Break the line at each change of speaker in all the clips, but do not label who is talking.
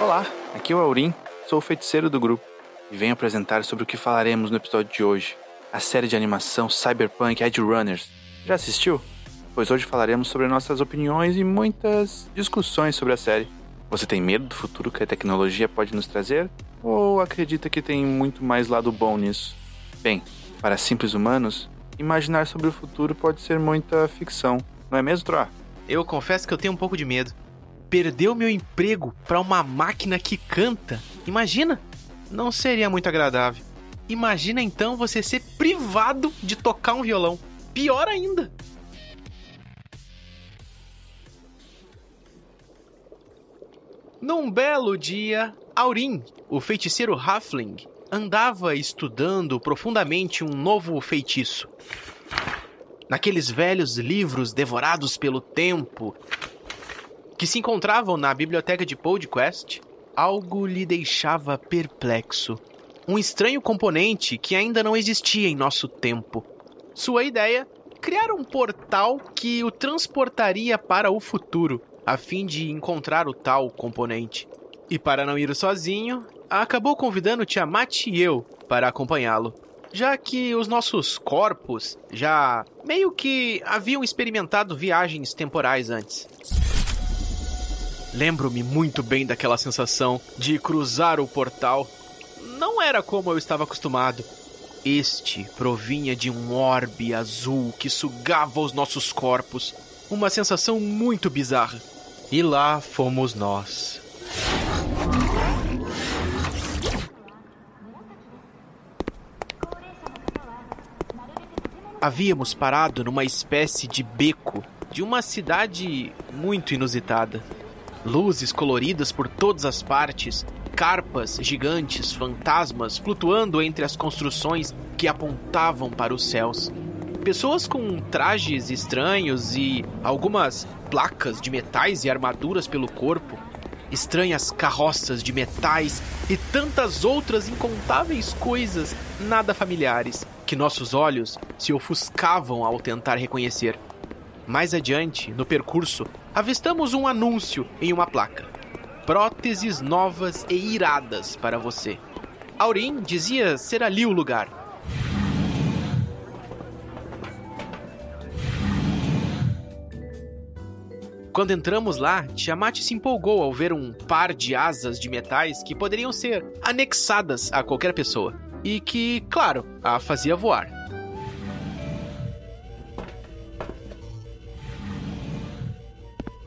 Olá, aqui é o Aurim, sou o feiticeiro do grupo e venho apresentar sobre o que falaremos no episódio de hoje, a série de animação Cyberpunk Edge Runners. Já assistiu? Pois hoje falaremos sobre nossas opiniões e muitas discussões sobre a série. Você tem medo do futuro que a tecnologia pode nos trazer ou acredita que tem muito mais lado bom nisso? Bem, para simples humanos, imaginar sobre o futuro pode ser muita ficção, não é mesmo, Troa?
Eu confesso que eu tenho um pouco de medo. Perder o meu emprego pra uma máquina que canta? Imagina! Não seria muito agradável. Imagina então você ser privado de tocar um violão. Pior ainda! Num belo dia, Aurim, o feiticeiro Halfling, andava estudando profundamente um novo feitiço. Naqueles velhos livros devorados pelo tempo que se encontravam na biblioteca de Podquest, algo lhe deixava perplexo. Um estranho componente que ainda não existia em nosso tempo. Sua ideia? Criar um portal que o transportaria para o futuro, a fim de encontrar o tal componente. E para não ir sozinho, acabou convidando Tiamat e eu para acompanhá-lo. Já que os nossos corpos já meio que haviam experimentado viagens temporais antes. Lembro-me muito bem daquela sensação de cruzar o portal. Não era como eu estava acostumado. Este provinha de um orbe azul que sugava os nossos corpos. Uma sensação muito bizarra. E lá fomos nós. Havíamos parado numa espécie de beco de uma cidade muito inusitada. Luzes coloridas por todas as partes, carpas gigantes, fantasmas flutuando entre as construções que apontavam para os céus. Pessoas com trajes estranhos e algumas placas de metais e armaduras pelo corpo, estranhas carroças de metais e tantas outras incontáveis coisas nada familiares que nossos olhos se ofuscavam ao tentar reconhecer. Mais adiante, no percurso, avistamos um anúncio em uma placa: próteses novas e iradas para você. Aurim dizia ser ali o lugar. Quando entramos lá, Tiamat se empolgou ao ver um par de asas de metais que poderiam ser anexadas a qualquer pessoa e que, claro, a fazia voar.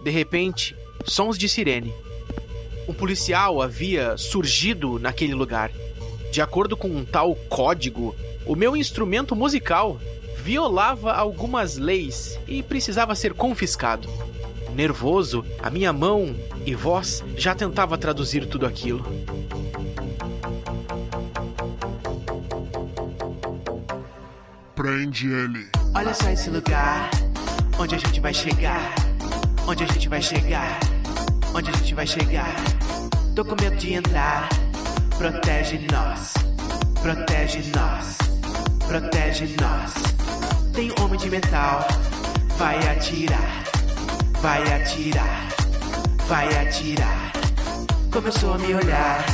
De repente, sons de sirene. Um policial havia surgido naquele lugar. De acordo com um tal código, o meu instrumento musical violava algumas leis e precisava ser confiscado. Nervoso, a minha mão e voz já tentava traduzir tudo aquilo.
Prende ele.
Olha só esse lugar, onde a gente vai chegar, onde a gente vai chegar, onde a gente vai chegar. Tô com medo de entrar, protege nós, protege nós, protege nós. Tem um homem de metal, vai atirar, vai atirar, vai atirar. Começou a me olhar,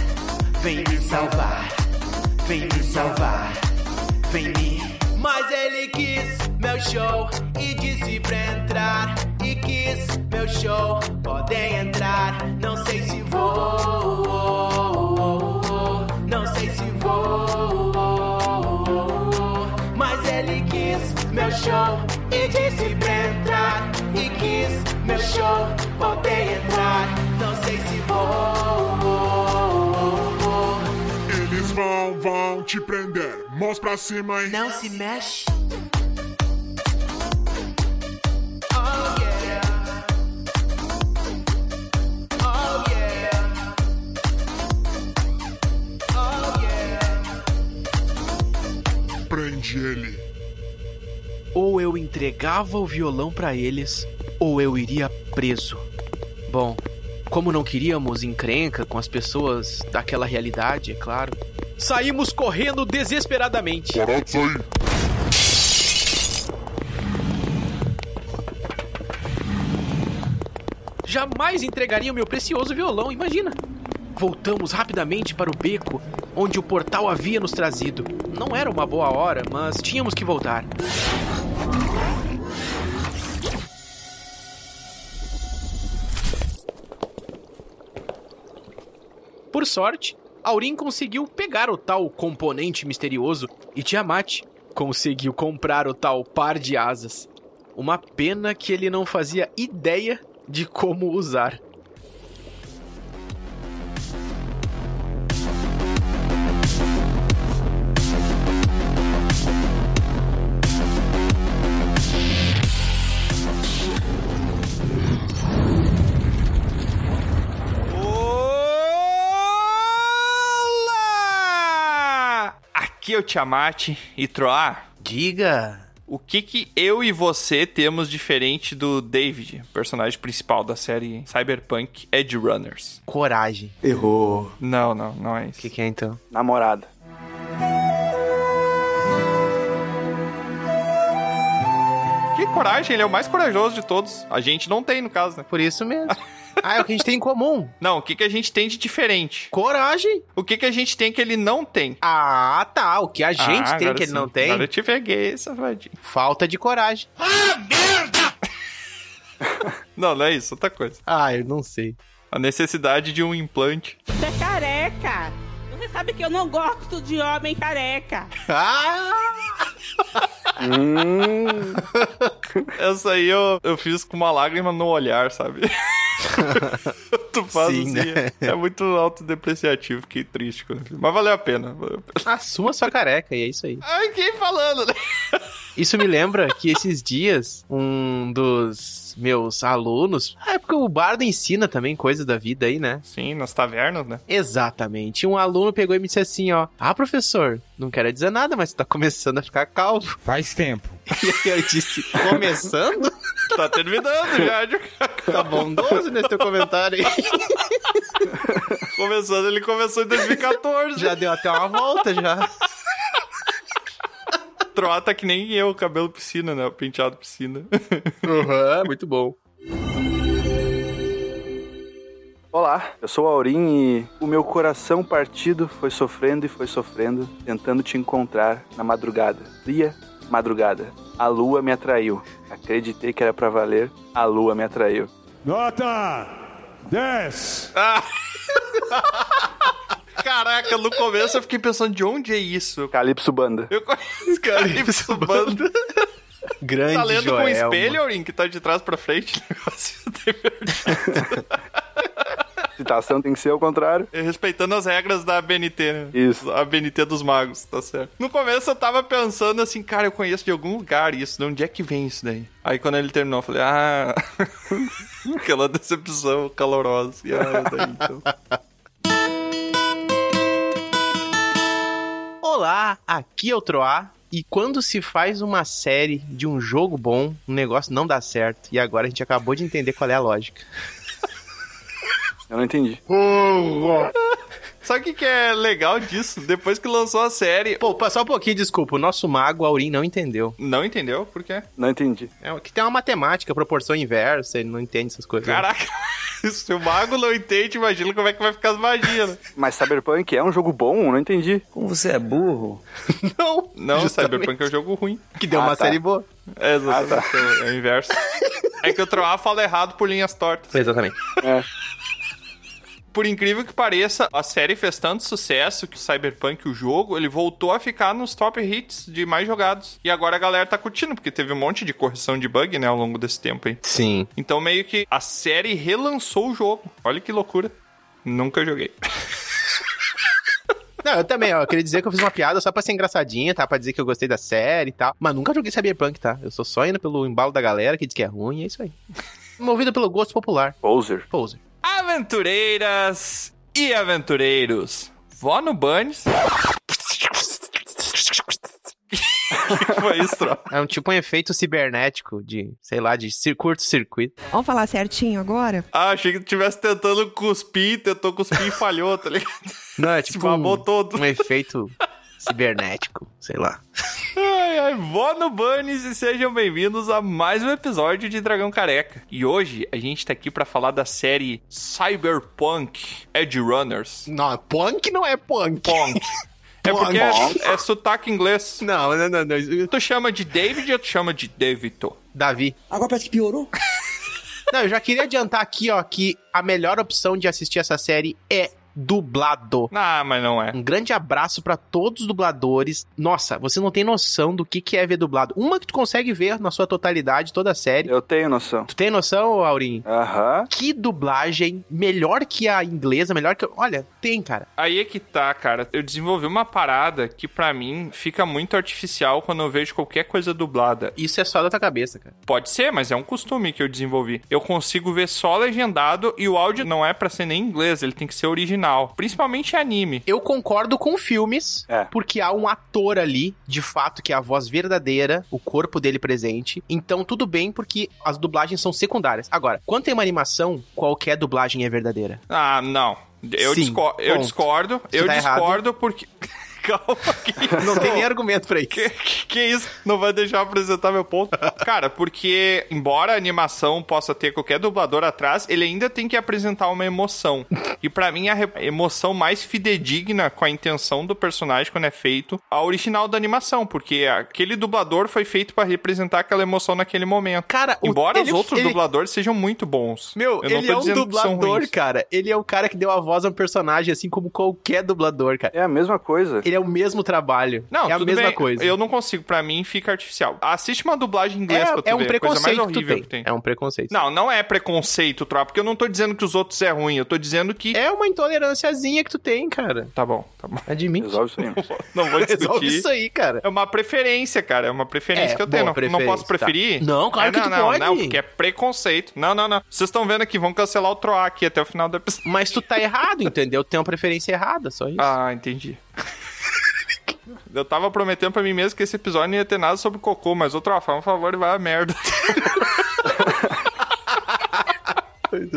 vem me salvar, vem me salvar, vem me.
Mas ele quis meu show e disse pra entrar. E quis meu show, podem entrar. Não sei se vou, não sei se vou. Mas ele quis meu show e disse pra entrar. E quis meu show, podem entrar. Não sei se vou.
Eles vão, vão te prender. Mãos pra cima e
Não se mexe.
Oh yeah. Oh yeah. Oh yeah.
prende ele.
Ou eu entregava o violão pra eles, ou eu iria preso. Bom, como não queríamos encrenca com as pessoas daquela realidade, é claro, saímos correndo desesperadamente.
Parados aí.
Jamais entregaria o meu precioso violão, imagina! Voltamos rapidamente para o beco onde o portal havia nos trazido. Não era uma boa hora, mas tínhamos que voltar. Por sorte, Aurim conseguiu pegar o tal componente misterioso e Tiamat conseguiu comprar o tal par de asas. Uma pena que ele não fazia ideia de como usar.
Olá! Aqui é o Tiamat e Troar.
Diga.
O que que eu e você temos diferente do David, personagem principal da série Cyberpunk Edge Runners?
Coragem.
Errou.
Não, não, não é isso.
que, que é então?
Namorada.
Que coragem, ele é o mais corajoso de todos. A gente não tem, no caso, né?
Por isso mesmo. Ah, é o que a gente tem em comum.
Não, o que, que a gente tem de diferente?
Coragem.
O que, que a gente tem que ele não tem?
Ah, tá. O que a gente
Ah,
tem
agora
que ele
sim.
não tem?
Agora eu te peguei, safadinho.
Falta de coragem.
Não, não é isso, outra coisa.
Ah, eu não sei.
A necessidade de um implante.
Você é careca. Você sabe que eu não gosto de homem careca.
Ah!
Essa aí eu, eu fiz com uma lágrima no olhar, sabe? tu faz
Sim,
assim,
né?
é, é muito autodepreciativo, fiquei triste. Quando eu fiz. Mas valeu a pena. valeu a pena.
Assuma sua careca, e é isso aí.
Ai, quem falando, né?
Isso me lembra que esses dias, um dos meus alunos. Ah, é porque o bardo ensina também coisas da vida aí, né?
Sim, nas tavernas, né?
Exatamente. Um aluno pegou e me disse assim: ó, ah, professor, não quero dizer nada, mas você tá começando a ficar calvo.
Faz tempo.
E aí eu disse: começando?
Tá terminando já. de-
Tá bondoso nesse teu comentário aí.
Começando, ele começou em 2014.
Já deu até uma volta já.
Trota que nem eu, cabelo piscina, né? Penteado piscina.
Uhum, muito bom.
Olá, eu sou o Aurim e o meu coração partido foi sofrendo e foi sofrendo, tentando te encontrar na madrugada. Dia, madrugada. A lua me atraiu. Acreditei que era pra valer, a lua me atraiu.
Nota 10.
Caraca, no começo eu fiquei pensando de onde é isso?
Calypso Banda.
Eu conheço Calypso Banda.
Grande
é Tá lendo com
Joelma.
espelho, Aurim, que tá de trás pra frente. o negócio
Citação tem que ser ao contrário.
Respeitando as regras da BNT, né?
Isso.
A BNT dos magos, tá certo. No começo eu tava pensando assim, cara, eu conheço de algum lugar isso, de onde é que vem isso daí? Aí quando ele terminou, eu falei, ah. Aquela decepção calorosa. E, ah, daí, então.
Olá, aqui é o Troá. E quando se faz uma série de um jogo bom, o negócio não dá certo. E agora a gente acabou de entender qual é a lógica.
Eu não entendi.
Sabe o que, que é legal disso? Depois que lançou a série.
Pô, só um pouquinho, desculpa. O nosso mago, Aurim, não entendeu.
Não entendeu? Por quê?
Não entendi.
É que tem uma matemática, proporção inversa, ele não entende essas coisas.
Caraca, se o mago não entende, imagina como é que vai ficar as magias, né?
Mas Cyberpunk é um jogo bom? Não entendi.
Como você é burro?
Não, não,
Justamente.
Cyberpunk é um jogo ruim.
que deu
Ah,
uma
tá.
série boa.
É, exatamente, é o inverso. É que o Troá fala errado por linhas tortas.
Exatamente.
Por incrível que pareça, a série fez tanto sucesso que o Cyberpunk, o jogo, ele voltou a ficar nos top hits de mais jogados. E agora a galera tá curtindo, porque teve um monte de correção de bug, né, ao longo desse tempo aí.
Sim.
Então meio que a série relançou o jogo. Olha que loucura. Nunca joguei.
Não, eu também, ó. Eu queria dizer que eu fiz uma piada só pra ser engraçadinha, tá? Pra dizer que eu gostei da série e tal. Mas nunca joguei Cyberpunk, tá? Eu sou só indo pelo embalo da galera que diz que é ruim, e é isso aí. Movido pelo gosto popular.
Bowser.
Pouser.
Aventureiras e aventureiros. Vó no Bunnies. que foi isso, Troá?
É um tipo um efeito cibernético de, sei lá, de cir- curto-circuito.
Vamos falar certinho agora?
Ah, achei que tu estivesse tentando cuspir, tentou cuspir e falhou, tá ligado?
Não, é
Tipo, babou todo.
um efeito cibernético, sei lá.
Ai, Ai, ai, vó no Bunnies e sejam bem-vindos a mais um episódio de Dragão Careca. E hoje a gente tá aqui pra falar da série Cyberpunk Edge Runners.
Não, punk não é punk.
Punk. É porque
Punk.
é, é sotaque inglês.
Não, não, não, não.
Tu chama de David ou tu chama de Davito?
Davi.
Agora parece que piorou.
Não, eu já queria adiantar aqui, ó, que a melhor opção de assistir essa série é dublado.
Ah, mas não é.
Um grande abraço pra todos os dubladores. Nossa, você não tem noção do que que é ver dublado. Uma que tu consegue ver na sua totalidade, toda a série.
Eu tenho noção.
Tu tem noção, Aurim?
Aham.
Que dublagem melhor que a inglesa, melhor que. Olha, tem, cara.
Aí é que tá, cara. Eu desenvolvi uma parada que pra mim fica muito artificial quando eu vejo qualquer coisa dublada.
Isso é só da tua cabeça, cara.
Pode ser, mas é um costume que eu desenvolvi. Eu consigo ver só legendado e o áudio não é pra ser nem inglês, ele tem que ser original. Principalmente anime.
Eu concordo com filmes,
É.
porque há um ator ali, de fato, que é a voz verdadeira, o corpo dele presente. Então, tudo bem, porque as dublagens são secundárias. Agora, quando tem uma animação, qualquer dublagem é verdadeira.
Ah, não. Eu,
Sim,
disco- eu
ponto.
discordo.
Você
eu
tá errado.
discordo porque. Calma, que isso?
Não tem nem argumento pra isso.
Que, que- que isso? Não vai deixar eu apresentar meu ponto? Cara, porque embora a animação possa ter qualquer dublador atrás, ele ainda tem que apresentar uma emoção. E pra mim a re- emoção mais fidedigna com a intenção do personagem quando é feito a original da animação, porque aquele dublador foi feito pra representar aquela emoção naquele momento.
Cara, o-
Embora
ele-
os outros
ele-
dubladores sejam muito bons.
Meu,
Eu não
ele
tô
é um
dizendo que são
dublador,
ruins.
cara. Ele é o cara que deu a voz a um personagem, assim como qualquer dublador, cara.
É a mesma coisa.
Ele é o mesmo trabalho.
Não,
é a
tudo
mesma
bem.
coisa.
Eu não consigo, Pra mim fica artificial. Assiste uma dublagem inglesa pra tu
É, é um
ver, a coisa mais
preconceito que tu
horrível
tem.
que tem.
É um preconceito.
Não, não é preconceito, tropa, porque eu não tô dizendo que os outros é ruim, eu tô dizendo que.
É uma intolerânciazinha que tu tem, cara.
Tá bom, tá bom.
Admite.
Resolve isso aí.
Não vou
Resolve
discutir.
isso aí, cara.
É uma preferência, cara. É uma preferência
É,
que eu tenho.
boa
Não, não posso
preferência, tá.
preferir?
Não, claro
É,
que
não,
tu
não,
pode.
Não, porque é preconceito. Não, não, não. Vocês estão vendo aqui, vão cancelar o Troá aqui até o final do episódio.
Mas tu tá errado, entendeu? Tu tem uma preferência errada, só isso.
Ah, entendi. Eu tava prometendo pra mim mesmo que esse episódio não ia ter nada sobre cocô, mas o Troá, faz um favor e vai a merda.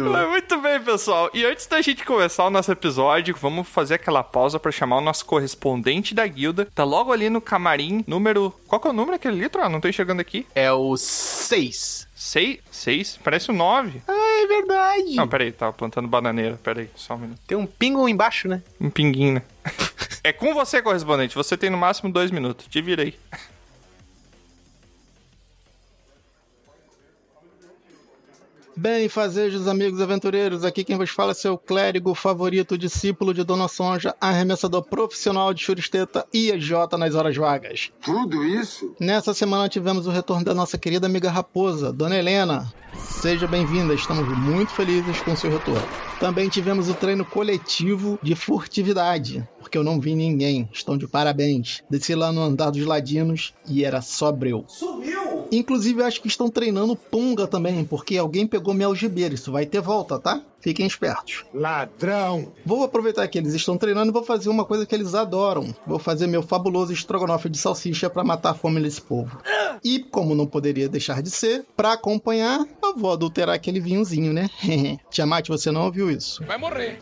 Mas Muito bem, pessoal. E antes da gente começar o nosso episódio, vamos fazer aquela pausa pra chamar o nosso correspondente da guilda. Tá logo ali no camarim, número. Qual que é o número daquele litro? Ah, não tô enxergando aqui.
É o 6.
Seis? Seis? Parece o nove.
Ah, é verdade.
Não, peraí, tava plantando bananeira. Peraí, só um minuto.
Tem um pingo embaixo, né?
Um pinguinho, né? é com você, correspondente. Você tem no máximo dois minutos. Te virei.
Bem, fazejos, amigos aventureiros, aqui quem vos fala é seu clérigo favorito, discípulo de Dona Sonja, arremessador profissional de churisteta e agiota nas horas vagas.
Tudo isso?
Nessa semana tivemos o retorno da nossa querida amiga raposa, Dona Helena. Seja bem-vinda, estamos muito felizes com seu retorno. Também tivemos o treino coletivo de furtividade, porque eu não vi ninguém, estão de parabéns. Desci lá no andar dos ladinos e era só breu. Inclusive, eu acho que estão treinando Punga também, porque alguém pegou minha algibeira. Isso vai ter volta, tá? Fiquem espertos.
Ladrão!
Vou aproveitar que eles estão treinando e vou fazer uma coisa que eles adoram. Vou fazer meu fabuloso estrogonofe de salsicha pra matar a fome desse povo. E, como não poderia deixar de ser, pra acompanhar, eu vou adulterar aquele vinhozinho, né? Tiamat, você não ouviu isso.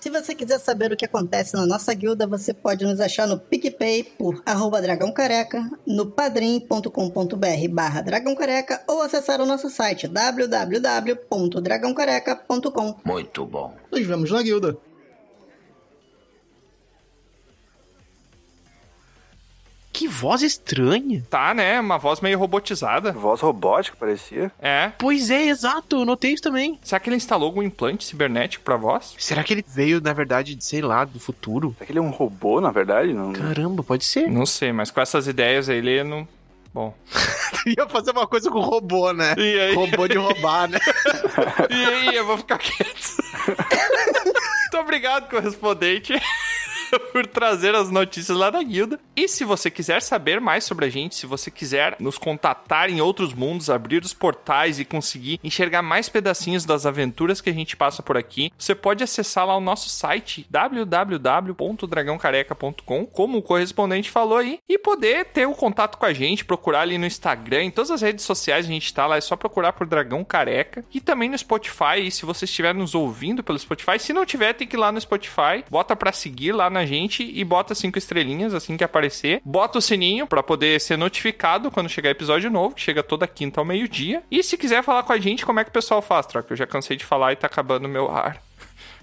Se você quiser saber o que acontece na nossa guilda, você pode nos achar no PicPay por arroba Dragão Careca, no padrim.com.br barra Dragão Careca ou acessar o nosso site www.dragãocareca.com.
Nos vemos na guilda.
Que voz estranha.
Tá, né? Uma voz meio robotizada.
Voz robótica, parecia.
É.
Pois é, exato. Eu notei isso também.
Será que ele instalou algum implante cibernético pra voz?
Será que ele veio, na verdade, de, sei lá, do futuro?
Será que ele é um robô, na verdade? Não.
Caramba, pode ser.
Não sei, mas com essas ideias aí, ele não. Bom.
Ia fazer uma coisa com robô, né?
E aí?
Robô de roubar, né?
E aí, eu vou ficar quieto. Muito obrigado, correspondente, por trazer as notícias lá da guilda. E se você quiser saber mais sobre a gente, se você quiser nos contatar em outros mundos, abrir os portais e conseguir enxergar mais pedacinhos das aventuras que a gente passa por aqui, você pode acessar lá o nosso site www.dragãocareca.com, como o correspondente falou aí, e poder ter o contato com a gente, procurar ali no Instagram, em todas as redes sociais a gente tá lá, é só procurar por Dragão Careca. E também no Spotify, e se você estiver nos ouvindo pelo Spotify, se não tiver, tem que ir lá no Spotify, bota pra seguir lá na a gente e bota cinco estrelinhas assim que aparecer. Bota o sininho pra poder ser notificado quando chegar episódio novo, que chega toda quinta ao meio-dia. E se quiser falar com a gente, como é que o pessoal faz, troca? Eu já cansei de falar e tá acabando o meu ar.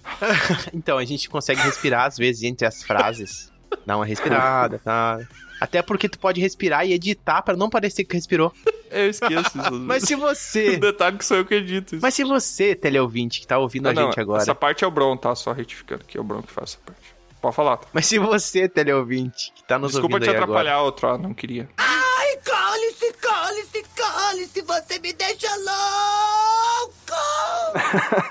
então, a gente consegue respirar às vezes entre as frases. Dá uma respirada, tá? Até porque tu pode respirar e editar pra não parecer que respirou.
É, Eu esqueço isso.
Mas se você.
O detalhe que sou eu que edito isso.
Mas se você, teleouvinte, que tá ouvindo a
Não,
gente agora.
Essa parte é o Bron, tá? Só retificando que é o Bron que faz essa parte. Pode falar. Tá?
Mas se você, teleouvinte, que tá nos
Desculpa
ouvindo
te
aí
atrapalhar,
agora...
outro, ah, não queria.
Ai, cole-se, cole-se, cole-se, você me deixa louco!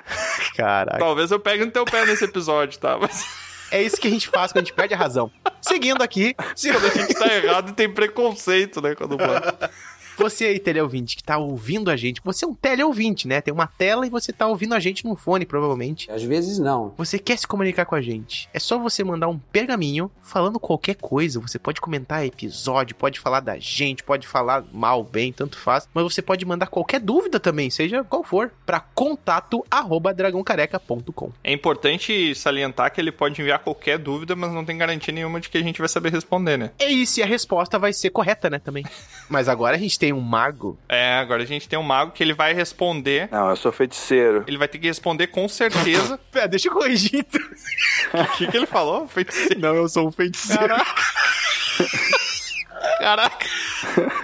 Caraca.
Talvez eu pegue no teu pé nesse episódio, tá? Mas
É isso que a gente faz quando a gente perde a razão. Seguindo aqui, se
quando a gente tá errado, tem preconceito, né? Quando bota.
você aí, teleouvinte, que tá ouvindo a gente, você é um teleouvinte, né? Tem uma tela e você tá ouvindo a gente num fone, provavelmente.
Às vezes não.
Você quer se comunicar com a gente? É só você mandar um pergaminho falando qualquer coisa. Você pode comentar episódio, pode falar da gente, pode falar mal, bem, tanto faz. Mas você pode mandar qualquer dúvida também, seja qual for, pra contato arroba dragãocareca.com.
É importante salientar que ele pode enviar qualquer dúvida, mas não tem garantia nenhuma de que a gente vai saber responder, né?
É isso, e a resposta vai ser correta, né, também. Mas agora a gente tem um mago.
É, agora a gente tem um mago que ele vai responder.
Não, eu sou feiticeiro.
Ele vai ter que responder com certeza.
Pera, deixa eu corrigir. então.
O que, que ele falou? Feiticeiro.
Não, eu sou um feiticeiro.
Caraca. Caraca.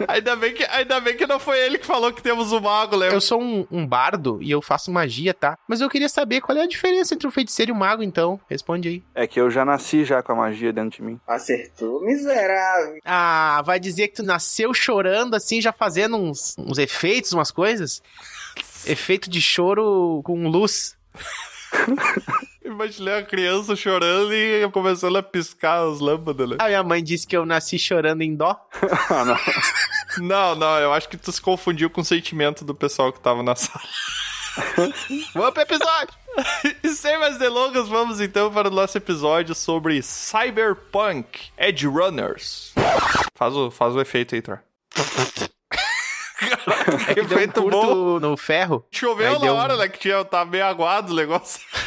Ainda bem, que, ainda bem que não foi ele que falou que temos o mago, né? lembra?
Eu sou um, um bardo e eu faço magia, tá? Mas eu queria saber qual é a diferença entre um feiticeiro e um mago, então. Responde aí.
É que eu já nasci já com a magia dentro de mim.
Acertou, miserável.
Ah, vai dizer que tu nasceu chorando assim, já fazendo uns, uns efeitos, umas coisas? Efeito de choro com luz.
Imaginei a criança chorando e começando a piscar as lâmpadas, né?
A minha mãe disse que eu nasci chorando em dó.
Ah, não.
Não, não, eu acho que tu se confundiu com o sentimento do pessoal que tava na sala.
Vamos
é
pro episódio!
E sem mais delongas, vamos então para o nosso episódio sobre Cyberpunk Edge Runners. Faz o, faz o efeito aí, Thor. Caraca,
Que
que
deu um
efeito bom.
curto no ferro.
Choveu
Aí
na
deu um-
hora, né? Que tinha, tá meio aguado o negócio.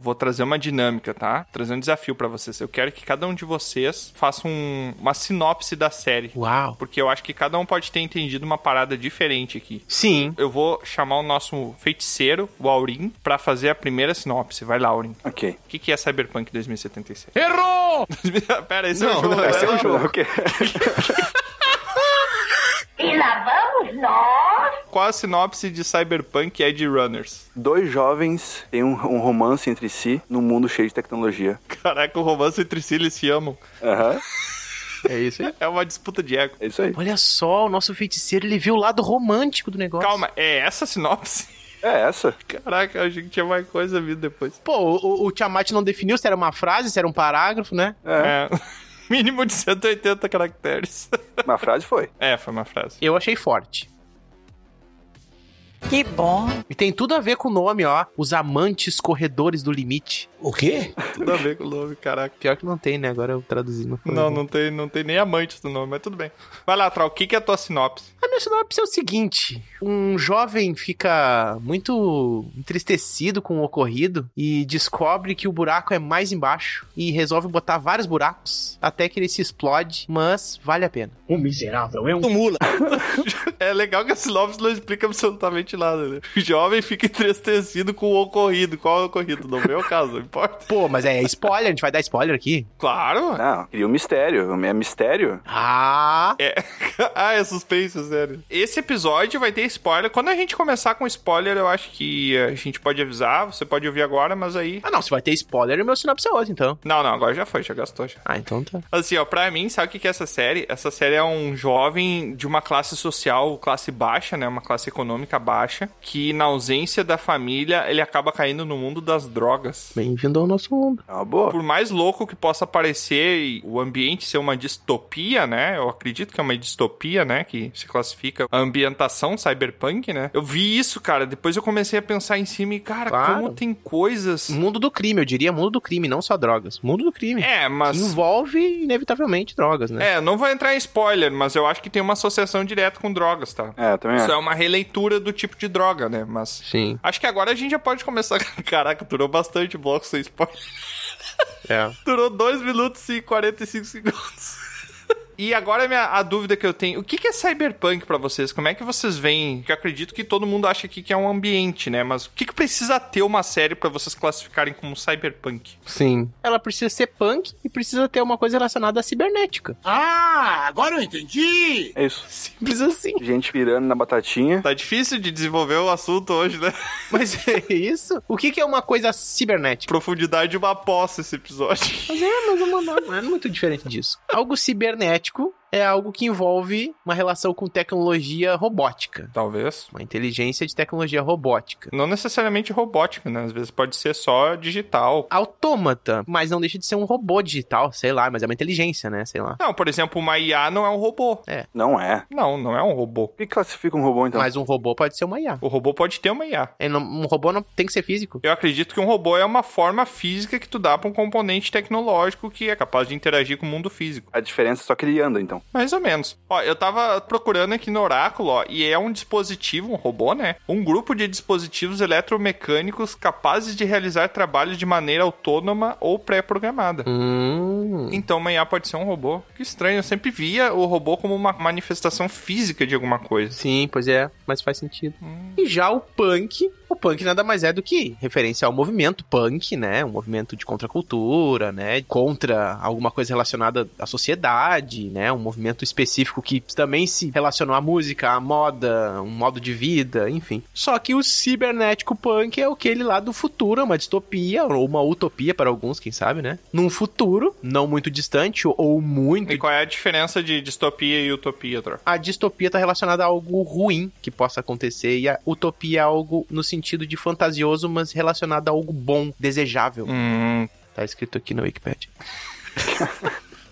Vou trazer uma dinâmica, tá? Trazer um desafio pra vocês. Eu quero que cada um de vocês faça um- uma sinopse da série.
Uau.
Porque eu acho que cada um pode ter entendido uma parada diferente aqui.
Sim.
Eu vou chamar o nosso feiticeiro, o Aurim, pra fazer a primeira sinopse. Vai lá, Aurim.
Ok.
O que, que é Cyberpunk 2077? Errou! Pera, esse é o jogo. né?
Esse é um jogo. ok.
Qual a sinopse de Cyberpunk Edge Runners?
Dois jovens têm um, um romance entre si num mundo cheio de tecnologia.
Caraca, o romance entre si eles se amam.
Aham.
É isso aí.
É uma disputa de ego.
É isso aí.
Olha só, o nosso feiticeiro, ele viu o lado romântico do negócio.
Calma, é essa a sinopse?
É essa.
Caraca, eu achei que tinha mais coisa vindo depois.
Pô, o, o Tiamat não definiu se era uma frase, se era um parágrafo, né?
É. Mínimo de 180 caracteres.
Uma frase foi.
É, foi uma frase.
Eu achei forte.
Que bom!
E tem tudo a ver com o nome, ó. Os amantes corredores do limite.
O quê?
Tudo a ver com o nome, caraca.
Pior que não tem, né? Agora eu traduzi. mas foi
Não,
bom.
não tem, não tem nem amante do nome, mas tudo bem. Vai lá, Troll, o que, que é a tua sinopse?
A minha sinopse é o seguinte: um jovem fica muito entristecido com o ocorrido e descobre que o buraco é mais embaixo e resolve botar vários buracos até que ele se explode, mas vale a pena.
O miserável é um mula.
É legal que a sinopse não explica absolutamente nada, né? O jovem fica entristecido com o ocorrido. Qual é o ocorrido? Não vem ao caso, não importa.
Pô, mas é spoiler, a gente vai dar spoiler aqui.
Claro,
Não, cria um mistério. É mistério?
Ah!
ah, é suspense, sério. Esse episódio vai ter spoiler. Quando a gente começar com spoiler, eu acho que a gente pode avisar. Você pode ouvir agora, mas aí.
Ah, não, se vai ter spoiler, o meu sinopse é outro, então.
Não, não, agora já foi, já gastou já.
Ah, então tá.
Assim, ó, pra mim, sabe o que que é essa série? Essa série é um jovem de uma classe social, classe baixa, né? Uma classe econômica acha que na ausência da família ele acaba caindo no mundo das drogas.
Bem-vindo ao nosso mundo.
É uma boa.
Por mais louco que possa parecer e o ambiente ser uma distopia, né? Eu acredito que é uma distopia, né? Que se classifica a ambientação cyberpunk, né? Eu vi isso, cara. Depois eu comecei a pensar em cima e, cara,
Claro. Hum,
como tem coisas.
Mundo do crime, eu diria mundo do crime, não só drogas. Mundo do crime.
É, mas.
Que envolve, inevitavelmente, drogas, né?
É, não vou entrar em spoiler, mas eu acho que tem uma associação direta com drogas, tá?
É, também
Isso
acho.
é uma releitura do tipo de droga, né? Mas.
Sim.
Acho que agora a gente já pode começar. Caraca, durou bastante o bloco sem spoiler.
É.
Durou 2 minutos e 45 segundos. E agora a minha, a dúvida que eu tenho, o que, que é cyberpunk pra vocês? Como é que vocês veem? Que eu acredito que todo mundo acha aqui que é um ambiente, né? Mas o que, que precisa ter uma série pra vocês classificarem como cyberpunk?
Sim. Ela precisa ser punk e precisa ter uma coisa relacionada à cibernética.
Ah, agora eu entendi!
É isso.
Simples assim.
Gente pirando na batatinha.
Tá difícil de desenvolver o assunto hoje, né?
Mas é isso? O que, que é uma coisa cibernética?
Profundidade é uma poça esse episódio.
Mas é, mas uma, não não é muito diferente disso. Algo cibernético é algo que envolve uma relação com tecnologia robótica.
Talvez.
Uma inteligência de tecnologia robótica.
Não necessariamente robótica, né? Às vezes pode ser só digital.
Autômata, mas não deixa de ser um robô digital, sei lá, mas é uma inteligência, né? Sei lá.
Não, por exemplo, uma IA não é um robô.
Não é.
Não, não é um robô.
O que classifica um robô, então?
Mas um robô pode ser uma IA.
O robô pode ter uma IA.
É, não- Um robô não tem que ser físico.
Eu acredito que um robô é uma forma física que tu dá pra um componente tecnológico que é capaz de interagir com o mundo físico.
A diferença é só que ele anda, então.
Mais ou menos. Ó, eu tava procurando aqui no Oráculo, ó, e é um dispositivo, um robô, né? Um grupo de dispositivos eletromecânicos capazes de realizar trabalhos de maneira autônoma ou pré-programada.
Hum.
Então uma IA pode ser um robô. Que estranho, eu sempre via o robô como uma manifestação física de alguma coisa.
Sim, pois é, Hum. mas faz sentido. E já o punk, o punk nada mais é do que referência ao movimento punk, né? Um movimento de contracultura, né? Contra alguma coisa relacionada à sociedade, né? Um movimento específico que também se relacionou à música, à moda, um modo de vida, enfim. Só que o cibernético punk é aquele lá do futuro, é uma distopia, ou uma utopia para alguns, quem sabe, né? Num futuro, não muito distante, ou muito
E qual é a diferença de distopia e utopia, Tro?
a distopia tá relacionada a algo ruim que possa acontecer e a utopia é algo no sentido de fantasioso, mas relacionado a algo bom, desejável.
Hum,
Tá escrito aqui no Wikipedia.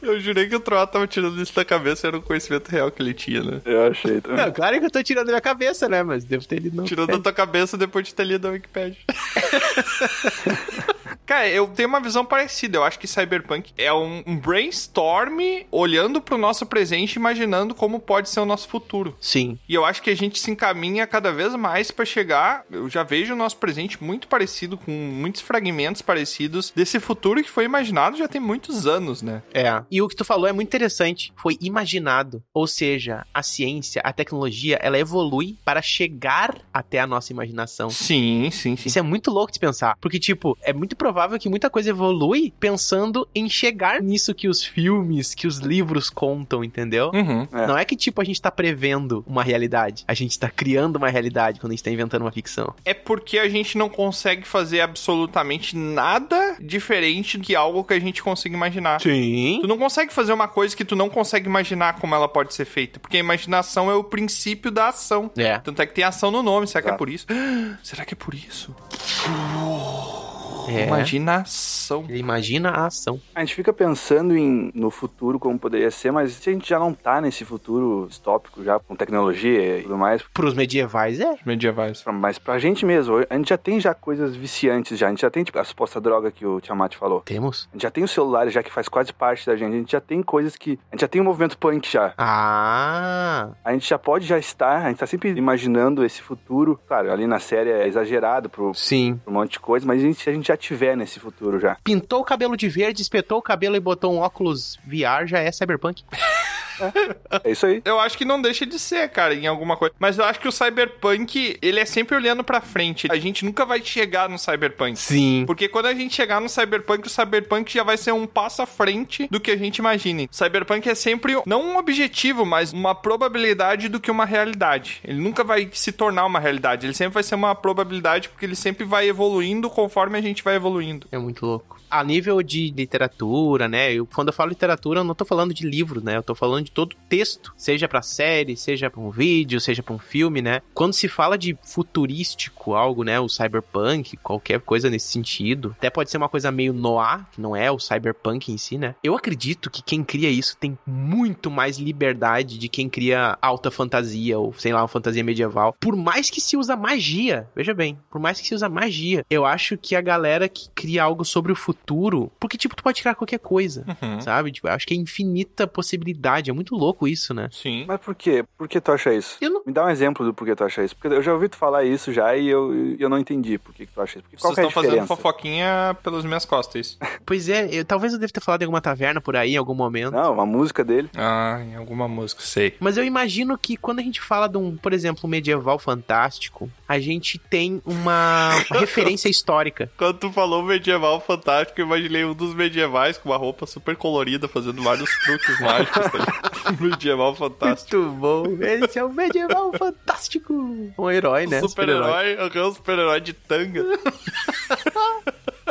eu jurei que o Troá tava tirando isso da cabeça, era um conhecimento real que ele tinha, né?
Eu achei também.
Não, claro que eu tô tirando da minha cabeça, né? Mas devo ter lido não.
Tirou da tua cabeça depois de ter lido a Wikipedia. Cara, eu tenho uma visão parecida. Eu acho que Cyberpunk é um um brainstorm olhando pro nosso presente e imaginando como pode ser o nosso futuro.
Sim.
E eu acho que a gente se encaminha cada vez mais pra chegar. Eu já vejo o nosso presente muito parecido, com muitos fragmentos parecidos desse futuro que foi imaginado já tem muitos anos, né?
É. E o que tu falou é muito interessante. Foi imaginado. Ou seja, a ciência, a tecnologia, ela evolui para chegar até a nossa imaginação.
Sim, sim, sim.
Isso é muito louco de pensar. Porque, tipo, é muito provável que muita coisa evolui pensando em chegar nisso que os filmes, que os livros contam, entendeu?
Uhum.
É.
Não é que, tipo, a gente tá prevendo uma realidade. A gente tá criando uma realidade quando a gente tá inventando uma ficção.
É porque a gente não consegue fazer absolutamente nada diferente de algo que a gente consiga imaginar.
Sim.
Tu não consegue fazer uma coisa que tu não consegue imaginar como ela pode ser feita, porque a imaginação é o princípio da ação.
É.
Tanto é que tem ação no nome, será que é
Exato.
por isso? Será que é por isso?
é. Imagina.
Imaginação.
Imagina a ação.
A gente fica pensando em no futuro como poderia ser, mas se a gente já não tá nesse futuro distópico já, com tecnologia e tudo mais,
Pros medievais, é.
Medievais.
pra- mas pra gente mesmo, a gente já tem já coisas viciantes já, a gente já tem tipo, a suposta droga que o Tiamat falou.
Temos.
A gente já tem o celular já que faz quase parte da gente, a gente já tem coisas que... A gente já tem o movimento punk já.
Ah.
A gente já pode já estar, a gente tá sempre imaginando esse futuro. Claro, ali na série é exagerado pro,
Sim.
pro um monte de coisa, mas a gente, a gente já tiver nesse futuro já.
Pintou o cabelo de verde, espetou o cabelo e botou um óculos VR, já é cyberpunk.
É isso aí.
Eu acho que não deixa de ser, cara, em alguma coisa. Mas eu acho que o cyberpunk, ele é sempre olhando pra frente. A gente nunca vai chegar no cyberpunk.
Sim.
Porque quando a gente chegar no cyberpunk, o cyberpunk já vai ser um passo à frente do que a gente imagine. Cyberpunk é sempre não um objetivo, mas uma probabilidade do que uma realidade. Ele nunca vai se tornar uma realidade. Ele sempre vai ser uma probabilidade porque ele sempre vai evoluindo conforme a gente vai evoluindo.
É muito louco. A nível de literatura, né? Eu, quando eu falo literatura, eu não tô falando de livro, né? Eu tô falando de todo texto, seja pra série, seja pra um vídeo, seja pra um filme, né? Quando se fala de futurístico, algo, né, o cyberpunk, qualquer coisa nesse sentido, até pode ser uma coisa meio noir, que não é o cyberpunk em si, né? Eu acredito que quem cria isso tem muito mais liberdade de quem cria alta fantasia ou sei lá, uma fantasia medieval. Por mais que se usa magia, veja bem, por mais que se usa magia, eu acho que a galera que cria algo sobre o futuro, porque tipo, tu pode criar qualquer coisa,
Uhum.
sabe? Tipo, eu acho que é infinita possibilidade, é muito louco isso, né?
Sim.
Mas por quê? Por que tu acha isso? Me dá um exemplo do porquê tu acha isso. Porque eu já ouvi tu falar isso já e eu, e eu não entendi por que, que tu acha isso. Porque qual
Vocês
que é a
estão fazendo
diferença?
fofoquinha pelas minhas costas.
Pois é, eu- talvez eu deva ter falado em alguma taverna por aí em algum momento.
Não, uma música dele.
Ah, em alguma música, sei.
Mas eu imagino que quando a gente fala de um, por exemplo, um medieval fantástico, a gente tem uma referência histórica.
Quando tu falou medieval fantástico, eu imaginei um dos medievais com uma roupa super colorida, fazendo vários truques mágicos. tá ligado? medieval fantástico.
Muito bom. Esse é o medieval fantástico. Um herói, né?
Super-herói, aham, super-herói de tanga.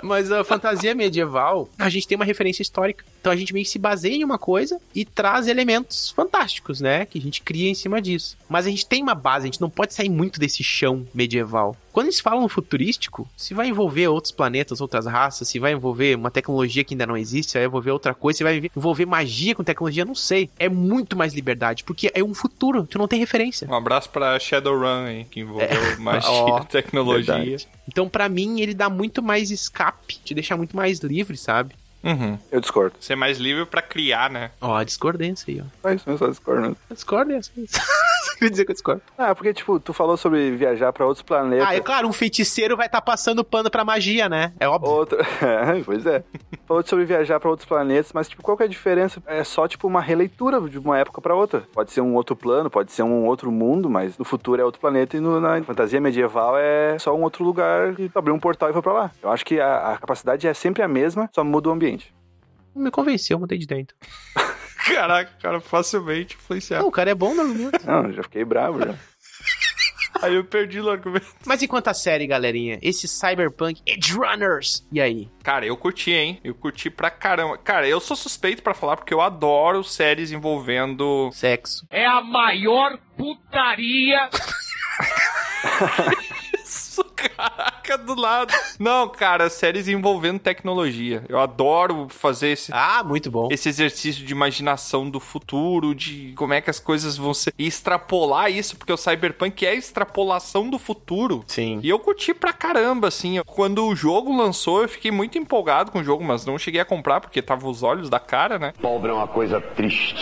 Mas a fantasia medieval, a gente tem uma referência histórica. Então a gente meio que se baseia em uma coisa e traz elementos fantásticos, né? Que a gente cria em cima disso. Mas a gente tem uma base, a gente não pode sair muito desse chão medieval. Quando eles falam futurístico, se vai envolver outros planetas, outras raças, se vai envolver uma tecnologia que ainda não existe, se vai envolver outra coisa, se vai envolver magia com tecnologia, não sei. É muito mais liberdade, porque é um futuro, tu não tem referência.
Um abraço pra Shadowrun, hein, que envolveu magia,
É. Ó,
tecnologia.
verdade. Então, pra mim, ele dá muito mais escape, te deixa muito mais livre, sabe?
Uhum.
Eu discordo.
Ser mais livre pra criar, né?
Ó, a discordância aí, ó.
Só isso, eu só discordo. mesmo.
Discordância. Quer dizer que eu discordo.
Ah, porque, tipo, tu falou sobre viajar pra outros planetas.
Ah, é claro, um feiticeiro vai estar passando pano pra magia, né? É óbvio.
Outro... É, pois é. Falou sobre viajar pra outros planetas, mas tipo, qual que é a diferença? É só tipo uma releitura de uma época pra outra. Pode ser um outro plano, pode ser um outro mundo, mas no futuro é outro planeta e no- na fantasia medieval é só um outro lugar que tu abriu um portal e foi pra lá. Eu acho que a, a capacidade é sempre a mesma, só muda o ambiente.
Não me convenceu, mudei de dentro.
Caraca, cara, facilmente influenciado.
Não, o cara é bom no argumento.
Não, já fiquei bravo já.
Aí eu perdi o argumento.
Mas enquanto a série, galerinha, esse Cyberpunk Edge Runners. E aí?
Cara, eu curti, hein? Eu curti pra caramba. Cara, eu sou suspeito pra falar porque eu adoro séries envolvendo.
Sexo.
É a maior putaria.
Caraca, do lado. Não, cara, séries envolvendo tecnologia. Eu adoro fazer esse.
Ah, muito bom.
Esse exercício de imaginação do futuro, de como é que as coisas vão ser. E extrapolar isso, porque o Cyberpunk é a extrapolação do futuro.
Sim.
E eu curti pra caramba, assim. Quando o jogo lançou, eu fiquei muito empolgado com o jogo, mas não cheguei a comprar porque tava os olhos da cara, né?
Pobre é uma coisa triste.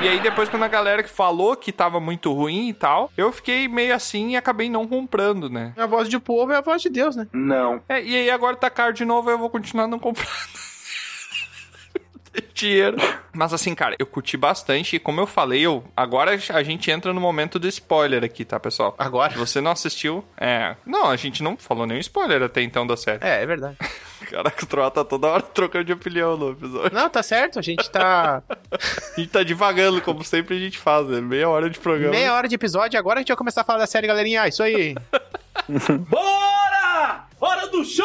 E aí depois quando a galera que falou que tava muito ruim e tal, eu fiquei meio assim e acabei não comprando, né?
A voz do povo é a voz de Deus, né?
Não.
É, e aí agora tá caro de novo, eu vou continuar não comprando. Dinheiro. Mas assim, cara, eu curti bastante e como eu falei, eu, agora a gente entra no momento do spoiler aqui, tá, pessoal?
Agora?
Você não assistiu? É. Não, a gente não falou nenhum spoiler até então da série.
É, é verdade.
Caraca, o Troá tá toda hora trocando de opinião no episódio.
Não, tá certo, a gente tá.
A gente tá divagando, como sempre a gente faz, né? Meia hora de programa.
Meia hora de episódio, agora a gente vai começar a falar da série, galerinha. Ah, isso aí.
Bora! Hora do show!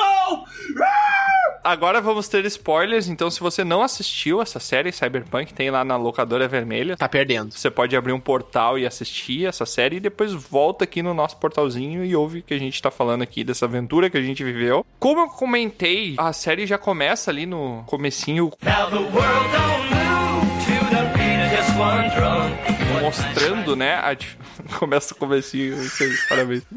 Agora vamos ter spoilers, então se você não assistiu essa série Cyberpunk, tem lá na locadora vermelha.
Tá perdendo.
Você pode abrir um portal e assistir essa série e depois volta aqui no nosso portalzinho e ouve o que a gente tá falando aqui dessa aventura que a gente viveu. Como eu comentei, a série já começa ali no comecinho
Now the world don't move to the beat of just one drum.
mostrando, né? a dif- Começa o comecinho, isso aí, parabéns.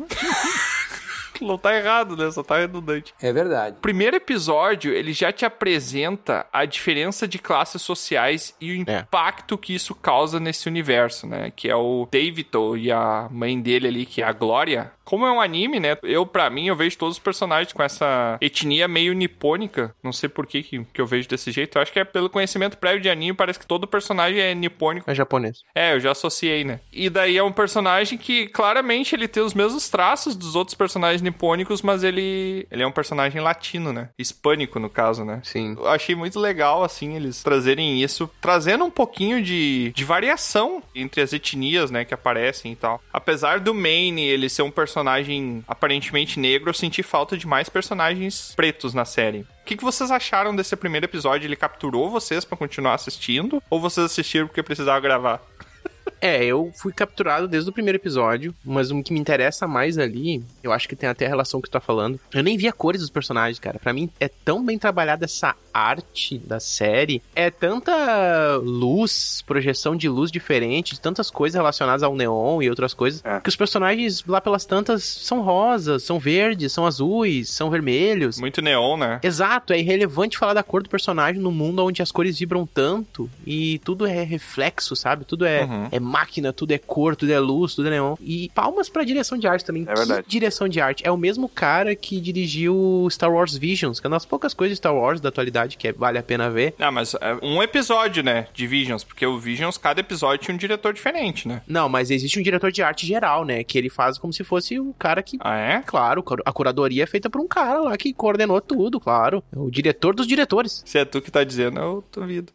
Não tá errado, né? Só tá redundante.
É verdade.
primeiro episódio, ele já te apresenta a diferença de classes sociais e o impacto que isso causa nesse universo, né? Que é o Davidson e a mãe dele ali, que é a Glória. Como é um anime, né? Eu, pra mim, eu vejo todos os personagens com essa etnia meio nipônica. Não sei por que, que, que eu vejo desse jeito. Eu acho que é pelo conhecimento prévio de anime, parece que todo personagem é nipônico.
É japonês.
É, eu já associei, né? E daí é um personagem que claramente ele tem os mesmos traços dos outros personagens nipônicos, mas ele ele é um personagem latino, né? Hispânico no caso, né?
Sim.
Eu achei muito legal assim eles trazerem isso, trazendo um pouquinho de, de variação entre as etnias, né, que aparecem e tal. Apesar do Maine ele ser um personagem aparentemente negro, eu senti falta de mais personagens pretos na série. que, que vocês acharam desse primeiro episódio? Ele capturou vocês pra continuar assistindo? Ou vocês assistiram porque precisavam gravar?
É, eu fui capturado desde o primeiro episódio, mas o que me interessa mais ali, eu acho que tem até a relação que tu tá falando. Eu nem vi a cores dos personagens, cara. Pra mim é tão bem trabalhada essa arte da série, é tanta luz, projeção de luz diferente, tantas coisas relacionadas ao neon e outras coisas, que os personagens lá pelas tantas são rosas, são verdes, são azuis, são vermelhos.
Muito neon, né?
Exato, é irrelevante falar da cor do personagem no mundo onde as cores vibram tanto e tudo é reflexo, sabe? Tudo é,
Uhum.
é máquina, tudo é cor, tudo é luz, tudo é neon. E palmas pra direção de arte também. É
verdade.
direção de arte. É o mesmo cara que dirigiu Star Wars Visions, que é uma das poucas coisas de Star Wars da atualidade que é- vale a pena ver.
Ah, mas é um episódio, né? De Visions, porque o Visions, cada episódio tinha um diretor diferente, né?
Não, mas existe um diretor de arte geral, né? Que ele faz como se fosse o cara que.
Ah, é?
Claro, a curadoria é feita por um cara lá que coordenou tudo, claro. É o diretor dos diretores.
Se é tu que tá dizendo, eu duvido.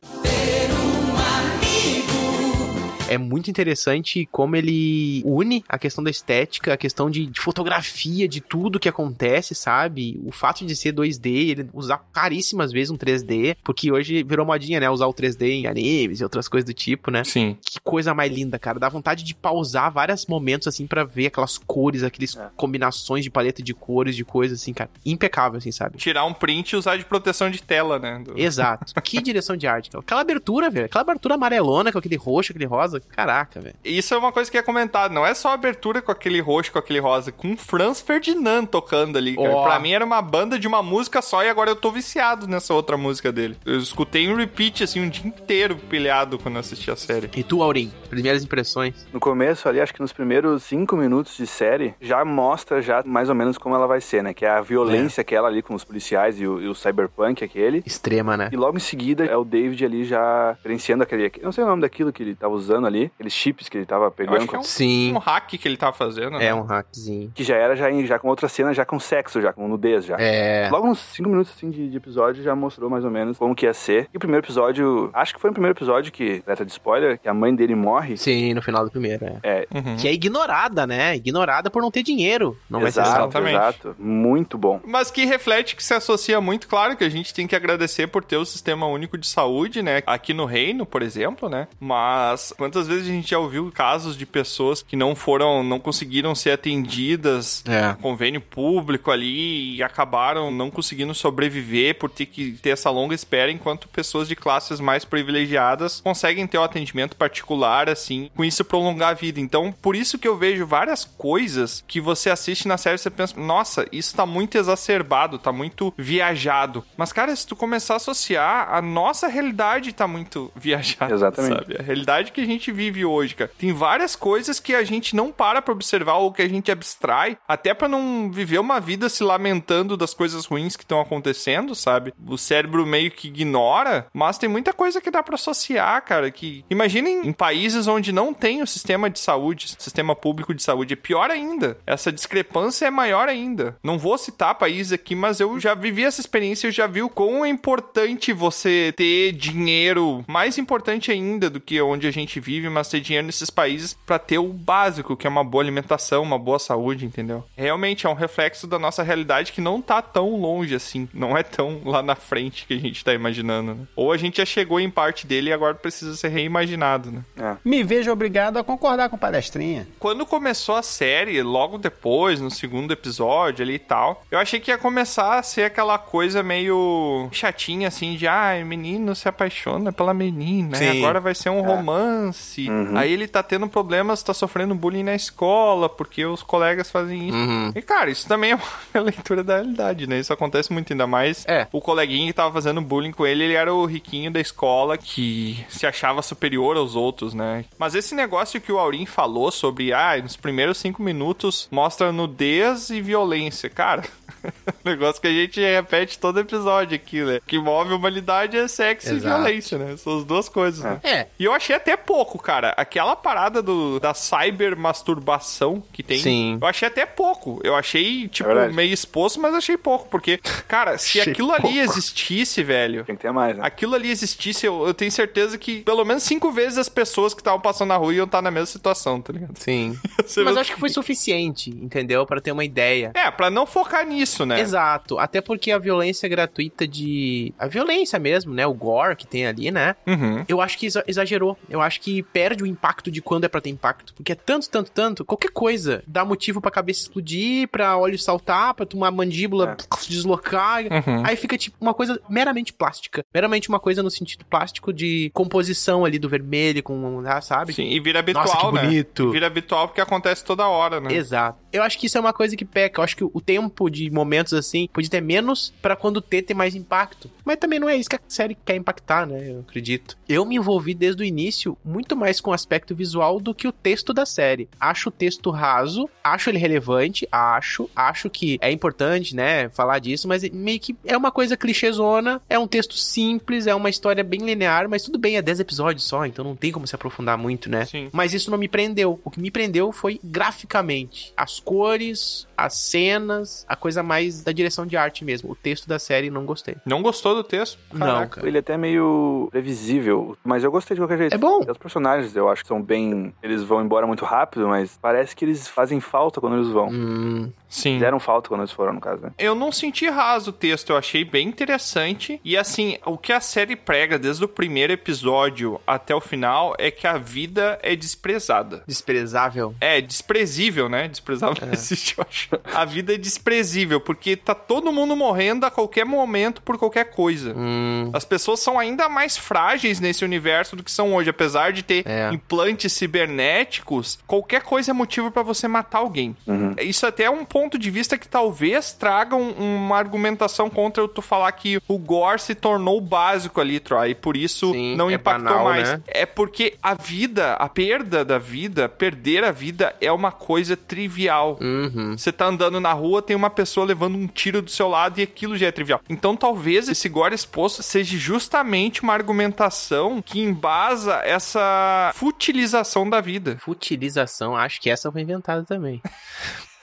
É muito interessante como ele une a questão da estética, a questão de, de fotografia, de tudo que acontece, sabe? O fato de ser 2D, ele usar caríssimas vezes um 3D, porque hoje virou modinha, né? Usar o 3D em animes e outras coisas do tipo, né?
Sim.
Que coisa mais linda, cara. Dá vontade de pausar vários momentos, assim, pra ver aquelas cores, aquelas combinações de paleta de cores, de coisas, assim, cara. Impecável, assim, sabe?
Tirar um print e usar de proteção de tela, né? Do-
Exato. que direção de arte, cara. Aquela abertura, velho. Aquela abertura amarelona, com aquele roxo, aquele rosa. Caraca, velho.
Isso é uma coisa que é comentada, não é só a abertura com aquele roxo, com aquele rosa, com o Franz Ferdinand tocando ali, cara.
Ó.
Pra mim era uma banda de uma música só e agora eu tô viciado nessa outra música dele. Eu escutei um repeat, assim, um dia inteiro pilhado quando eu assisti a série.
E tu, Aurim? Primeiras impressões?
No começo ali, acho que nos primeiros cinco minutos de série, já mostra já mais ou menos como ela vai ser, né? Que é a violência que ela ali com os policiais e o, e o cyberpunk aquele.
Extrema, né?
E logo em seguida é o David ali já gerenciando aquele... Não sei o nome daquilo que ele tava usando ali, aqueles chips que ele tava
Eu
pegando.
acho que é um,
Sim.
um hack que ele tá fazendo. né?
É um hackzinho.
Que já era já, em- já com outra cena, já com sexo, já com nudez, já.
É.
Logo uns 5 minutos assim, de, de episódio já mostrou mais ou menos como que ia ser. E o primeiro episódio, acho que foi o primeiro episódio que, trata de spoiler, que a mãe dele morre.
Sim, no final do primeiro, é.
É.
Uhum.
Que é ignorada, né? Ignorada por não ter dinheiro. Não vai ser salva.
exatamente. Exato, muito bom.
Mas que reflete que se associa muito, claro que a gente tem que agradecer por ter o sistema único de saúde, né? Aqui no reino, por exemplo, né? Mas quantas vezes a gente já ouviu casos de pessoas que não foram, não conseguiram ser atendidas
É.
no convênio público ali e acabaram não conseguindo sobreviver por ter que ter essa longa espera, enquanto pessoas de classes mais privilegiadas conseguem ter o atendimento particular, assim, com isso prolongar a vida. Então, por isso que eu vejo várias coisas que você assiste na série e você pensa, nossa, isso tá muito exacerbado, tá muito viajado. Mas, cara, se tu começar a associar, a nossa realidade tá muito viajada.
Exatamente.
sabe? A realidade que a gente vive hoje, cara. Tem várias coisas que a gente não para pra observar ou que a gente abstrai, até pra não viver uma vida se lamentando das coisas ruins que estão acontecendo, sabe? O cérebro meio que ignora, mas tem muita coisa que dá pra associar, cara, que imaginem em países onde não tem o sistema de saúde, sistema público de saúde, é pior ainda. Essa discrepância é maior ainda. Não vou citar países aqui, mas eu já vivi essa experiência, eu já vi o quão é importante você ter dinheiro, mais importante ainda do que onde a gente vive, mas ter dinheiro nesses países pra ter o básico, que é uma boa alimentação, uma boa saúde, entendeu? Realmente é um reflexo da nossa realidade que não tá tão longe assim, não é tão lá na frente que a gente tá imaginando, né? Ou a gente já chegou em parte dele e agora precisa ser reimaginado, né?
Me vejo obrigado a concordar com palestrinha.
Quando começou a série, logo depois, no segundo episódio ali e tal, eu achei que ia começar a ser aquela coisa meio chatinha, assim, de ai, menino se apaixona pela menina,
Sim.
agora vai ser um romance. Aí ele tá tendo problemas, tá sofrendo bullying na escola, porque os colegas fazem isso.
Uhum.
E, cara, isso também é uma leitura da realidade, né? Isso acontece muito, ainda mais
É.
o coleguinha que tava fazendo bullying com ele, ele era o riquinho da escola que se achava superior aos outros, né? Mas esse negócio que o Aurim falou sobre, ah, nos primeiros cinco minutos mostra nudez e violência, cara. negócio que a gente repete todo episódio aqui, né? O que move a humanidade é sexo
Exato.
e violência, né? São as duas coisas, né?
É.
E eu achei até pouco, cara. Aquela parada do, da cybermasturbação que tem.
Sim.
Eu achei até pouco. Eu achei, tipo,
É verdade.
meio exposto, mas achei pouco. Porque, cara, se
Achei
aquilo ali
pouco.
existisse, velho.
Tem que ter mais, né?
Aquilo ali existisse, eu, eu tenho certeza que pelo menos cinco vezes as pessoas que estavam passando na rua iam estar na mesma situação, tá ligado?
Sim.
Você
Mas
vê-
acho que foi suficiente, entendeu? Pra ter uma ideia.
É, pra não focar nisso. isso, né?
Exato. Até porque a violência gratuita de. A violência mesmo, né? O gore que tem ali, né?
Uhum.
Eu acho que exa- exagerou. Eu acho que perde o impacto de quando é pra ter impacto. Porque é tanto, tanto, tanto. Qualquer coisa dá motivo pra cabeça explodir, pra olho saltar, pra tomar mandíbula se deslocar.
É. Uhum.
Aí fica tipo uma coisa meramente plástica. Meramente uma coisa no sentido plástico de composição ali do vermelho com. ah, Sabe?
Sim, e vira habitual,
Nossa, que
né?
bonito.
Vira habitual porque acontece toda hora, né?
Exato. Eu acho que isso é uma coisa que peca. Eu acho que o tempo de momentos assim podia ter menos pra quando ter ter mais impacto. Mas também não é isso que a série quer impactar, né? Eu acredito. Eu me envolvi desde o início muito mais com o aspecto visual do que o texto da série. Acho o texto raso, acho ele relevante, acho, acho que é importante, né, falar disso, mas meio que é uma coisa clichêzona, é um texto simples, é uma história bem linear, mas tudo bem, é 10 episódios só, então não tem como se aprofundar muito, né?
Sim.
Mas isso não me prendeu. O que me prendeu foi graficamente. As cores, as cenas, a coisa mais da direção de arte mesmo. O texto da série não gostei.
Não gostou do texto?
Não, cara.
Ele é até meio previsível, mas eu gostei de qualquer jeito.
É bom.
Os personagens, eu acho que são bem. Eles vão embora muito rápido, mas parece que eles fazem falta quando eles vão.
Hum.
Sim.
Fizeram falta quando eles foram, no caso, né?
Eu não senti raso o texto, eu achei bem interessante. E assim, o que a série prega desde o primeiro episódio até o final é que a vida é desprezada.
Desprezável.
É, desprezível, né? Desprezável não existe, eu acho. A vida é desprezível, porque tá todo mundo morrendo a qualquer momento por qualquer coisa.
Hum, Uhum.
As pessoas são ainda mais frágeis nesse universo do que são hoje. Apesar de ter
É.
implantes cibernéticos, qualquer coisa é motivo pra você matar alguém.
Uhum.
Isso até é um ponto de vista que talvez traga um- uma argumentação contra eu tu falar que o gore se tornou básico ali, Troy, e por isso não
é
impactou
banal,
mais.
né?
É porque a vida, a perda da vida, perder a vida é uma coisa trivial.
uhum.
Você tá andando na rua, tem uma pessoa levando um tiro do seu lado e aquilo já é trivial. Então talvez esse gore exposto seja justamente uma argumentação que embasa essa futilização da vida.
Futilização, acho que essa foi inventada também.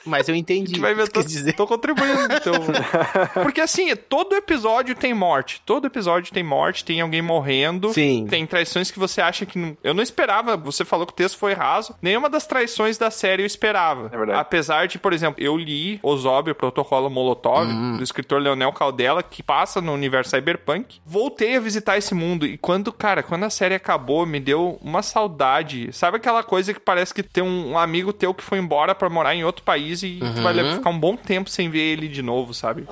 Mas eu entendi.
vai ver,
o que
tô,
quis dizer.
tô contribuindo. Então. Porque assim, todo episódio tem morte. Todo episódio tem morte, tem alguém morrendo.
Sim.
Tem traições que você acha que. não- Eu não esperava. Você falou que o texto foi raso. Nenhuma das traições da série eu esperava. É verdade. Apesar de, por exemplo, eu li Osóbio, Protocolo Molotov, do escritor Leonel Caldela, que passa no universo cyberpunk. Voltei a visitar esse mundo. E quando, cara, quando a série acabou, me deu uma saudade. Sabe aquela coisa que parece que tem um um amigo teu que foi embora pra morar em outro país e tu
Uhum.
vai le- ficar um bom tempo sem ver ele de novo, sabe?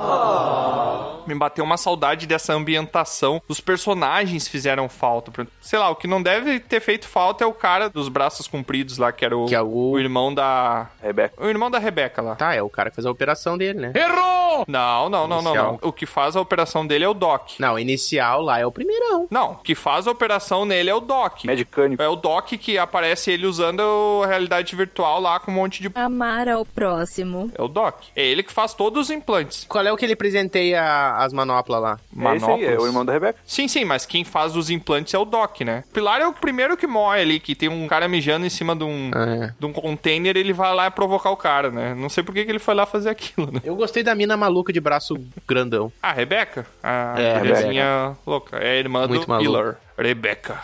Me bateu uma saudade dessa ambientação. Os personagens fizeram falta. Por- Sei lá, o que não deve ter feito falta é o cara dos braços compridos lá, que era o, o irmão da.
Rebeca.
O irmão da Rebeca lá.
é Tá, é o cara que fez a operação dele, né?
Errou! Não, não, não, não, não.
Inicial.
O que faz a operação dele é o Doc.
Não, inicial lá é o primeirão.
Não, o que faz a operação nele é o Doc.
Medicânico.
É o Doc que aparece ele usando a realidade virtual lá com um monte de.
Amar ao próximo.
É o Doc. É ele que faz todos os implantes.
Qual é o que ele presenteia as manoplas lá?
Manoplas.
é da Rebeca.
Sim, sim, mas quem faz os implantes é o Doc, né? Pilar é o primeiro que morre ali, que tem um cara mijando em cima de um,
É.
de um container ele vai lá provocar o cara, né? Não sei por que, que ele foi lá fazer aquilo, né?
Eu gostei da mina maluca de braço grandão.
Ah, Rebeca? A
É,
mulherzinha louca. É a irmã
Muito
do
maluca.
Pilar. Rebeca.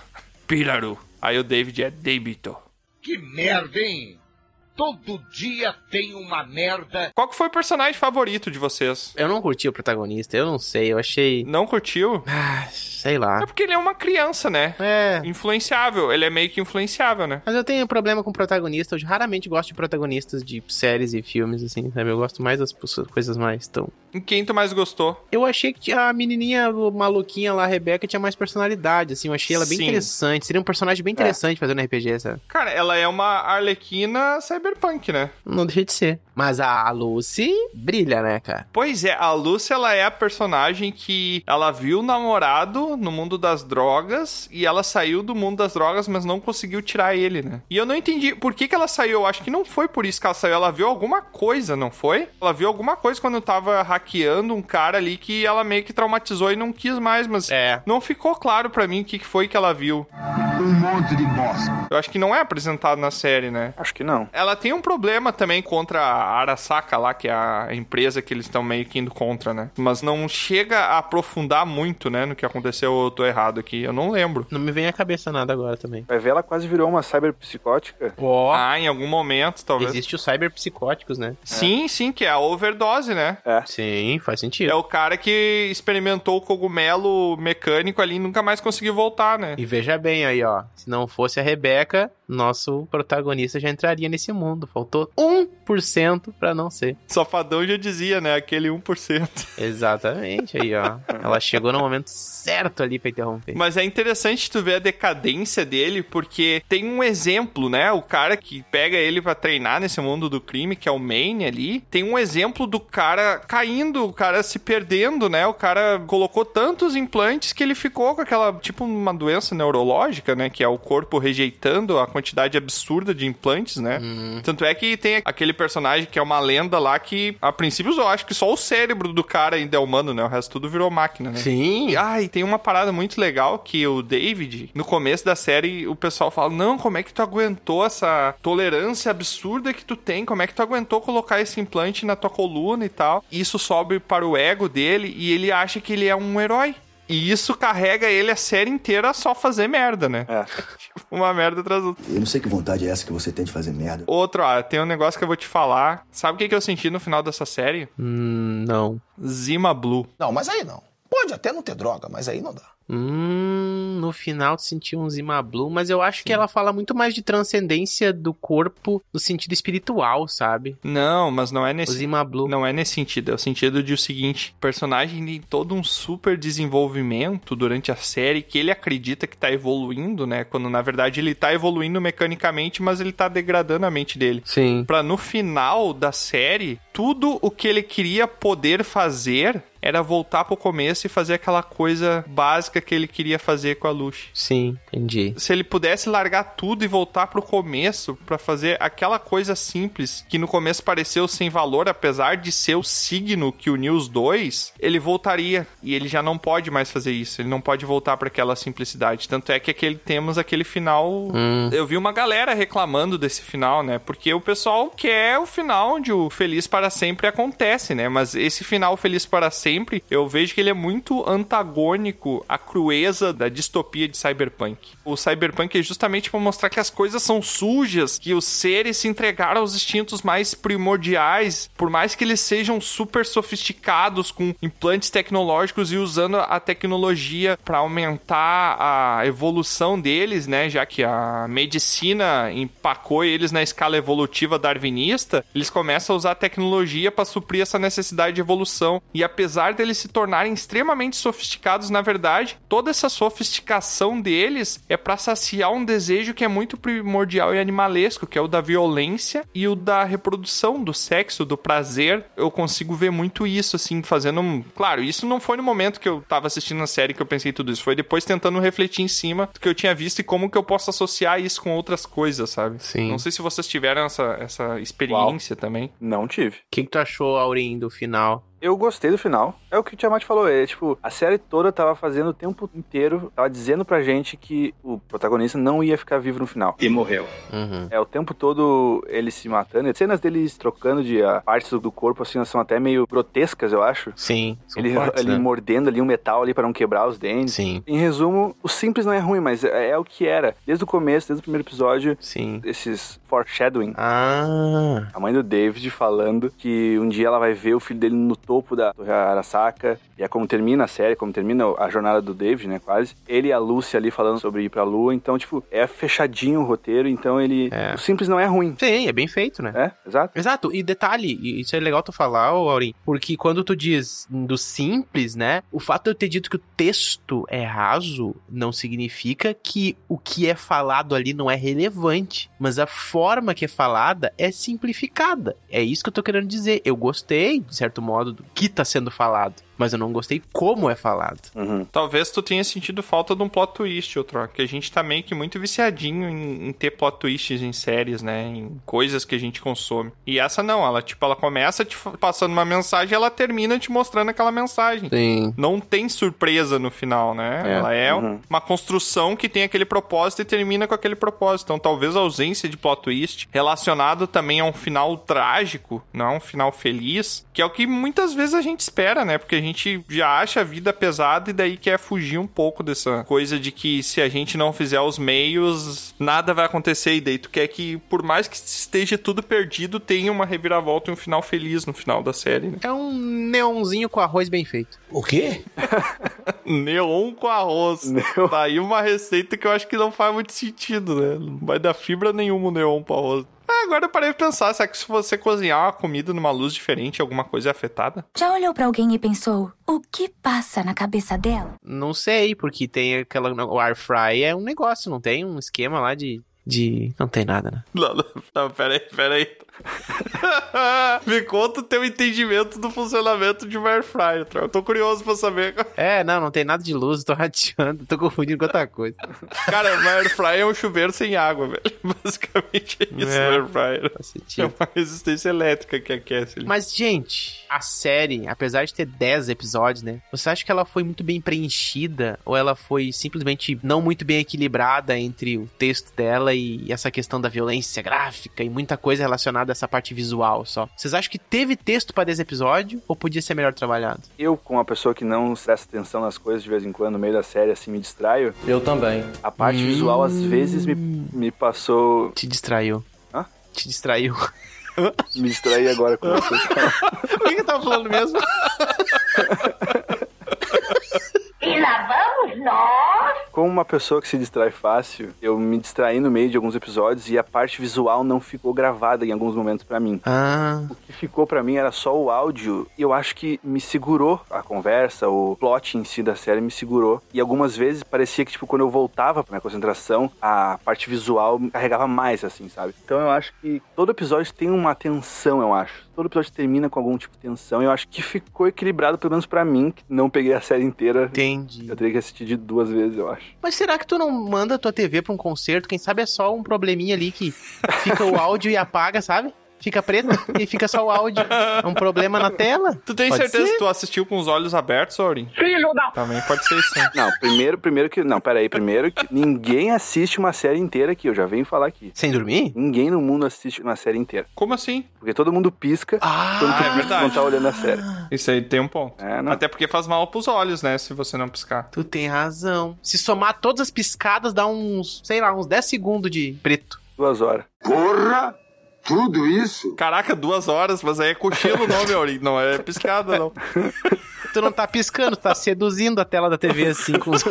Pilaru. Aí o David é Debito.
Que merda, hein? Todo dia tem uma merda.
Qual que foi o personagem favorito de vocês?
Eu não curti o protagonista, eu não sei, eu achei.
Não curtiu?
Ah, sei lá.
É porque ele é uma criança, né?
É.
Influenciável. Ele é meio que influenciável, né?
Mas eu tenho problema com protagonista, eu raramente gosto de protagonistas de séries e filmes, assim, sabe? Eu gosto mais das pessoas- coisas mais tão.
Em quem tu mais gostou?
Eu achei que a menininha maluquinha lá, a Rebeca, tinha mais personalidade, assim, eu achei ela bem
Sim.
interessante. Seria um personagem bem interessante fazendo RPG, sabe?
Cara, ela é uma arlequina cyberpunk, né?
Não deixa de ser. Mas a Lucy brilha, né, cara?
Pois é, a Lúcia, ela é a personagem que ela viu o namorado no mundo das drogas e ela saiu do mundo das drogas, mas não conseguiu tirar ele, né? E eu não entendi por que, que ela saiu. Eu acho que não foi por isso que ela saiu. Ela viu alguma coisa, não foi? Ela viu alguma coisa quando tava hackeando um cara ali que ela meio que traumatizou e não quis mais, mas
é.
não ficou claro pra mim o que, que foi que ela viu.
um monte de bosta.
Eu acho que não é apresentado na série, né?
Acho que não.
Ela tem um problema também contra a Arasaka lá, que é a empresa que eles estão meio que indo contra, né? Mas não chega a aprofundar muito, né, no que aconteceu, eu tô errado aqui. Eu não lembro.
Não me vem à cabeça nada agora também.
Vai ver, ela quase virou uma cyberpsicótica.
Ah, em algum momento, talvez.
Existe os cyberpsicóticos, né?
Sim, sim, que é a overdose, né?
É.
Sim, faz sentido.
É o cara que experimentou o cogumelo mecânico ali e nunca mais conseguiu voltar, né?
E veja bem aí, ó. Se não fosse a Rebeca, nosso protagonista já entraria nesse mundo. Faltou 1% pra não ser.
Safadão já dizia, né? Aquele 1%.
Exatamente aí, ó. Ela chegou no momento certo ali pra interromper.
Mas é interessante tu ver a decadência dele, porque tem um exemplo, né? O cara que pega ele pra treinar nesse mundo do crime, que é o Maine ali, tem um exemplo do cara caindo, o cara se perdendo, né? O cara colocou tantos implantes que ele ficou com aquela, tipo, uma doença neurológica, né? Que é o corpo rejeitando a quantidade absurda de implantes, né? Tanto é que tem aquele personagem que é uma lenda lá que, a princípio, eu acho que só o cérebro do cara ainda é humano, né? O resto tudo virou máquina, né?
Sim.
Ah, e tem uma parada muito legal que o David, no começo da série, o pessoal fala: Não, como é que tu aguentou essa tolerância absurda que tu tem? Como é que tu aguentou colocar esse implante na tua coluna e tal? E Isso sobe para o ego dele e ele acha que ele é um herói. E isso carrega ele a série inteira a só fazer merda, né? É. tipo, uma merda atrás do
Eu não sei que vontade é essa que você tem de fazer merda.
Outro, ah, tem um negócio que eu vou te falar. Sabe o que, que eu senti no final dessa série?
Hum, não.
Zima Blue.
Não, mas aí não. Pode até não ter droga, mas aí não dá.
Hum, no final senti um Zima Blue, mas eu acho que ela fala muito mais de transcendência do corpo no sentido espiritual, sabe?
Não, mas não é
O
nesse.
Zima Blue.
Não é nesse sentido, é o sentido de o seguinte: o personagem tem todo um super desenvolvimento durante a série que ele acredita que tá evoluindo, né? Quando na verdade ele tá evoluindo mecanicamente, mas ele tá degradando a mente dele.
Sim.
Pra no final da série, tudo o que ele queria poder fazer era voltar pro começo e fazer aquela coisa básica que ele queria fazer com a Lush.
Sim, entendi.
Se ele pudesse largar tudo e voltar pro começo pra fazer aquela coisa simples que no começo pareceu sem valor, apesar de ser o signo que uniu os dois, ele voltaria e ele já não pode mais fazer isso. Ele não pode voltar pra aquela simplicidade. Tanto é que aquele temos aquele final. Eu vi uma galera reclamando desse final, né? Porque o pessoal quer o final onde o feliz para sempre acontece, né? Mas esse final feliz para sempre, eu vejo que ele é muito antagônico à crueza da distopia de Cyberpunk. O Cyberpunk é justamente para mostrar que as coisas são sujas, que os seres se entregaram aos instintos mais primordiais, por mais que eles sejam super sofisticados com implantes tecnológicos e usando a tecnologia para aumentar a evolução deles, né, já que a medicina empacou eles na escala evolutiva darwinista, eles começam a usar a tecnologia para suprir essa necessidade de evolução. E apesar deles se tornarem extremamente sofisticados, na verdade, toda essa sofisticação deles é para saciar um desejo que é muito primordial e animalesco, que é o da violência e o da reprodução, do sexo, do prazer. Eu consigo ver muito isso, assim, fazendo. um- Claro, isso não foi no momento que eu tava assistindo a série que eu pensei tudo isso, foi depois tentando refletir em cima do que eu tinha visto e como que eu posso associar isso com outras coisas, sabe?
Sim.
Não sei se vocês tiveram essa, essa experiência também.
Não tive.
O que, que tu achou, Aurim, do final?
Eu gostei do final. É o que o Tiamat falou. É tipo, a série toda tava fazendo o tempo inteiro, tava dizendo pra gente que o protagonista não ia ficar vivo no final.
E morreu.
Uhum.
É o tempo todo ele se matando. E cenas dele se trocando de ah, partes do corpo, assim, elas são até meio grotescas, eu acho.
Sim, são
Ele,
fortes,
ele
né?
mordendo ali um metal ali para não quebrar os dentes.
Sim,
Em resumo, o simples não é ruim, mas é, é o que era. Desde o começo, desde o primeiro episódio,
sim.
esses foreshadowing.
Ah,
A mãe do David falando que um dia ela vai ver o filho dele no topo da Torre Arasaka. E é como termina a série, como termina a jornada do David, né? Quase. Ele e a Lucy ali falando sobre ir pra lua. Então, tipo, é fechadinho o roteiro. Então ele. O simples não é ruim.
sim, é bem feito, né?
É, exato.
Exato, e detalhe, e isso é legal tu falar, ô Aurim, porque quando tu diz do simples, né? O fato de eu ter dito que o texto é raso não significa que o que é falado ali não é relevante, mas a forma que é falada é simplificada. É isso que eu tô querendo dizer. Eu gostei, de certo modo, do que tá sendo falado. mas eu não gostei como é falado.
Talvez tu tenha sentido falta de um plot twist, eu troco. Que a gente tá meio que muito viciadinho em, em ter plot twists em séries, né? Em coisas que a gente consome. E essa não, ela tipo, ela começa te fa- passando uma mensagem e ela termina te mostrando aquela mensagem.
Sim.
Não tem surpresa no final, né?
É.
Ela é
Uhum.
uma construção que tem aquele propósito e termina com aquele propósito. Então talvez a ausência de plot twist relacionado também a um final trágico, não um final feliz, que é o que muitas vezes a gente espera, né? Porque a gente já acha a vida pesada e daí quer fugir um pouco dessa coisa de que se a gente não fizer os meios, nada vai acontecer e daí tu quer que por mais que esteja tudo perdido, tenha uma reviravolta e um final feliz no final da série, né?
É um neonzinho com arroz bem feito.
O quê? Neon um com arroz. Tá aí uma receita que eu acho que não faz muito sentido, né? Não vai dar fibra nenhuma o neon com arroz. Ah, agora eu parei de pensar, será que se você cozinhar uma comida numa luz diferente, alguma coisa é afetada?
Já olhou pra alguém e pensou: o que passa na cabeça dela?
Não sei, porque tem aquela. O air fry é um negócio, não tem um esquema lá de. de... Não tem nada, né?
Não, não, não peraí, peraí. Me conta o teu entendimento do funcionamento de uma air fryer, Troll. Eu Tô curioso pra saber.
É, não, não tem nada de luz, tô rateando, tô confundindo com outra coisa.
Cara, uma air fryer é um chuveiro sem água, velho. Basicamente é isso,
É,
é, air fryer. É uma resistência elétrica que aquece. ele.
Mas, gente, a série, apesar de ter 10 episódios, né? Você acha que ela foi muito bem preenchida ou ela foi simplesmente não muito bem equilibrada entre o texto dela e essa questão da violência gráfica e muita coisa relacionada a essa parte visual só? Vocês acham que teve texto para 10 episódios ou podia ser melhor trabalhado?
Eu, como uma pessoa que não presta atenção nas coisas de vez em quando, no meio da série, assim, me distraio.
Eu também.
A parte visual, às vezes, me, me passou...
Te distraiu.
Hã?
Te distraiu.
me distraí agora com você.
O que que eu tava falando mesmo?
E lá vamos nós.
Como uma pessoa que se distrai fácil, eu me distraí no meio de alguns episódios e a parte visual não ficou gravada em alguns momentos pra mim.
Ah.
O que ficou pra mim era só o áudio e eu acho que me segurou a conversa, o plot em si da série me segurou. E algumas vezes parecia que, tipo, quando eu voltava pra minha concentração, a parte visual me carregava mais, assim, sabe? Então eu acho que todo episódio tem uma tensão, eu acho. Todo episódio termina com algum tipo de tensão. Eu acho que ficou equilibrado, pelo menos pra mim, que não peguei a série inteira.
Entendi.
Eu teria que assistir de duas vezes, eu acho.
Mas será que tu não manda tua TV pra um concerto? Quem sabe é só um probleminha ali que fica o áudio e apaga, sabe? Fica preto e fica só o áudio. É um problema na tela.
Tu tem certeza que tu assistiu com os olhos abertos, Aurim?
Filho da...
Também pode ser isso.
Não, primeiro, primeiro que. Não, peraí. Primeiro que ninguém assiste uma série inteira aqui. Eu já venho falar aqui.
Sem dormir?
Ninguém no mundo assiste uma série inteira.
Como assim?
Porque todo mundo pisca
Ah,
quando tu
é
pisca,
verdade.
quando tá olhando a série.
Isso aí tem um ponto.
É,
Até porque faz mal pros olhos, né? Se você não piscar.
Tu tem razão. Se somar todas as piscadas, dá uns, sei lá, uns 10 segundos de preto.
Duas horas.
Porra! Tudo isso? Caraca, duas horas, mas aí é cochilo não, meu Aurim. Não é piscada, não.
Tu não tá piscando, tu tá seduzindo a tela da TV assim com os...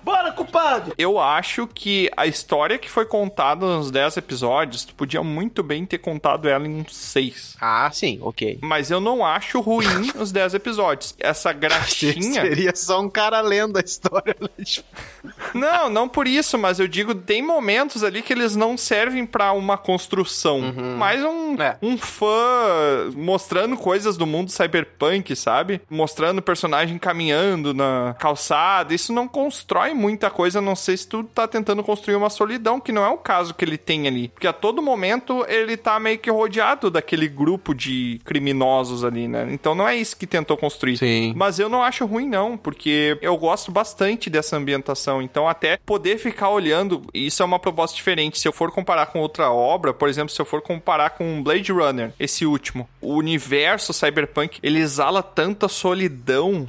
Bora, culpado! Eu acho que a história que foi contada nos 10 episódios, tu podia muito bem ter contado ela em uns 6.
Ah, sim, ok.
Mas eu não acho ruim os 10 episódios. Essa graxinha.
Seria só um cara lendo a história. né? Tipo,
Não, não por isso, mas eu digo, tem momentos ali que eles não servem pra uma construção. Mas um, um fã mostrando coisas do mundo cyberpunk, sabe? Mostrando o personagem caminhando na calçada. Isso não constrói muita coisa, a não sei se tu tá tentando construir uma solidão, que não é o caso que ele tem ali. Porque a todo momento ele tá meio que rodeado daquele grupo de criminosos ali, né? Então não é isso que tentou construir.
Sim.
Mas eu não acho ruim, não, porque eu gosto bastante dessa ambientação. Então, até poder ficar olhando, isso é uma proposta diferente. Se eu for comparar com outra obra, por exemplo, se eu for comparar com Blade Runner, esse último, o universo cyberpunk, ele exala tanta solidão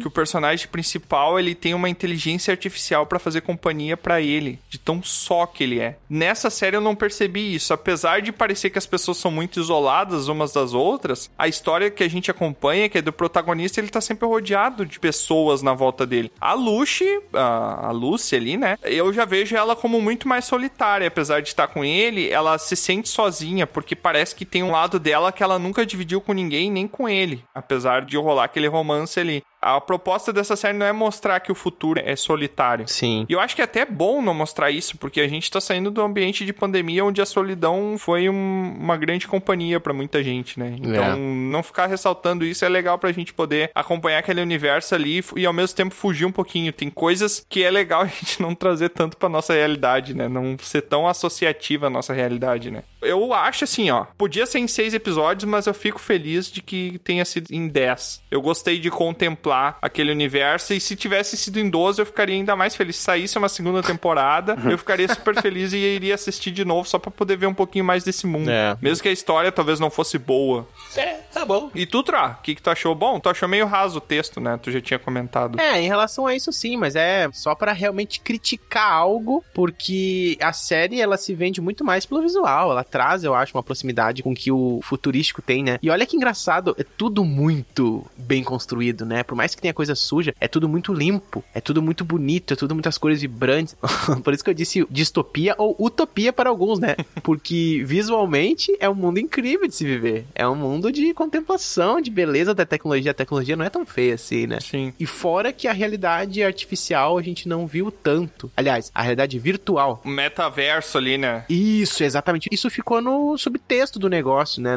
que o personagem principal ele tem uma inteligência artificial pra fazer companhia pra ele, de tão só que ele é. Nessa série eu não percebi isso, apesar de parecer que as pessoas são muito isoladas umas das outras, a história que a gente acompanha, que é do protagonista, ele tá sempre rodeado de pessoas na volta dele. A Lucy, a, a Lucy ali, né? Eu já vejo ela como muito mais solitária, apesar de estar com ele, ela se sente sozinha, porque parece que tem um lado dela que ela nunca dividiu com ninguém, nem com ele, apesar de rolar aquele romance ali. A proposta dessa série não é mostrar que o futuro é solitário.
Sim.
E eu acho que é até bom não mostrar isso, porque a gente tá saindo do ambiente de pandemia onde a solidão foi um- uma grande companhia pra muita gente, né? Então,
É.
não ficar ressaltando isso é legal pra gente poder acompanhar aquele universo ali e, e ao mesmo tempo fugir um pouquinho. Tem coisas que é legal a gente não trazer tanto pra nossa realidade, né? Não ser tão associativa à nossa realidade, né? Eu acho assim, ó. Podia ser em seis episódios, mas eu fico feliz de que tenha sido em dez. Eu gostei de contemplar aquele universo e se tivesse sido em 12, eu ficaria ainda mais feliz. Se saísse uma segunda temporada, eu ficaria super feliz e iria assistir de novo só pra poder ver um pouquinho mais desse mundo.
É.
Mesmo que a história talvez não fosse boa.
É, tá bom.
E tu, Tra, o que, que tu achou bom? Tu achou meio raso o texto, né? Tu já tinha comentado.
É, em relação a isso sim, mas é só pra realmente criticar algo, porque a série ela se vende muito mais pelo visual, ela traz, eu acho, uma proximidade com o que o futurístico tem, né? E olha que engraçado, é tudo muito bem construído, né? Por mais que tenha coisa suja, é tudo muito limpo, é tudo muito bonito, é tudo muitas cores vibrantes. Por isso que eu disse distopia ou utopia para alguns, né? Porque visualmente é um mundo incrível de se viver. É um mundo de contemplação, de beleza da tecnologia. A tecnologia não é tão feia assim, né?
Sim.
E fora que a realidade artificial a gente não viu tanto. Aliás, a realidade virtual.
O metaverso ali, né?
Isso, exatamente. Isso ficou no subtexto do negócio, né?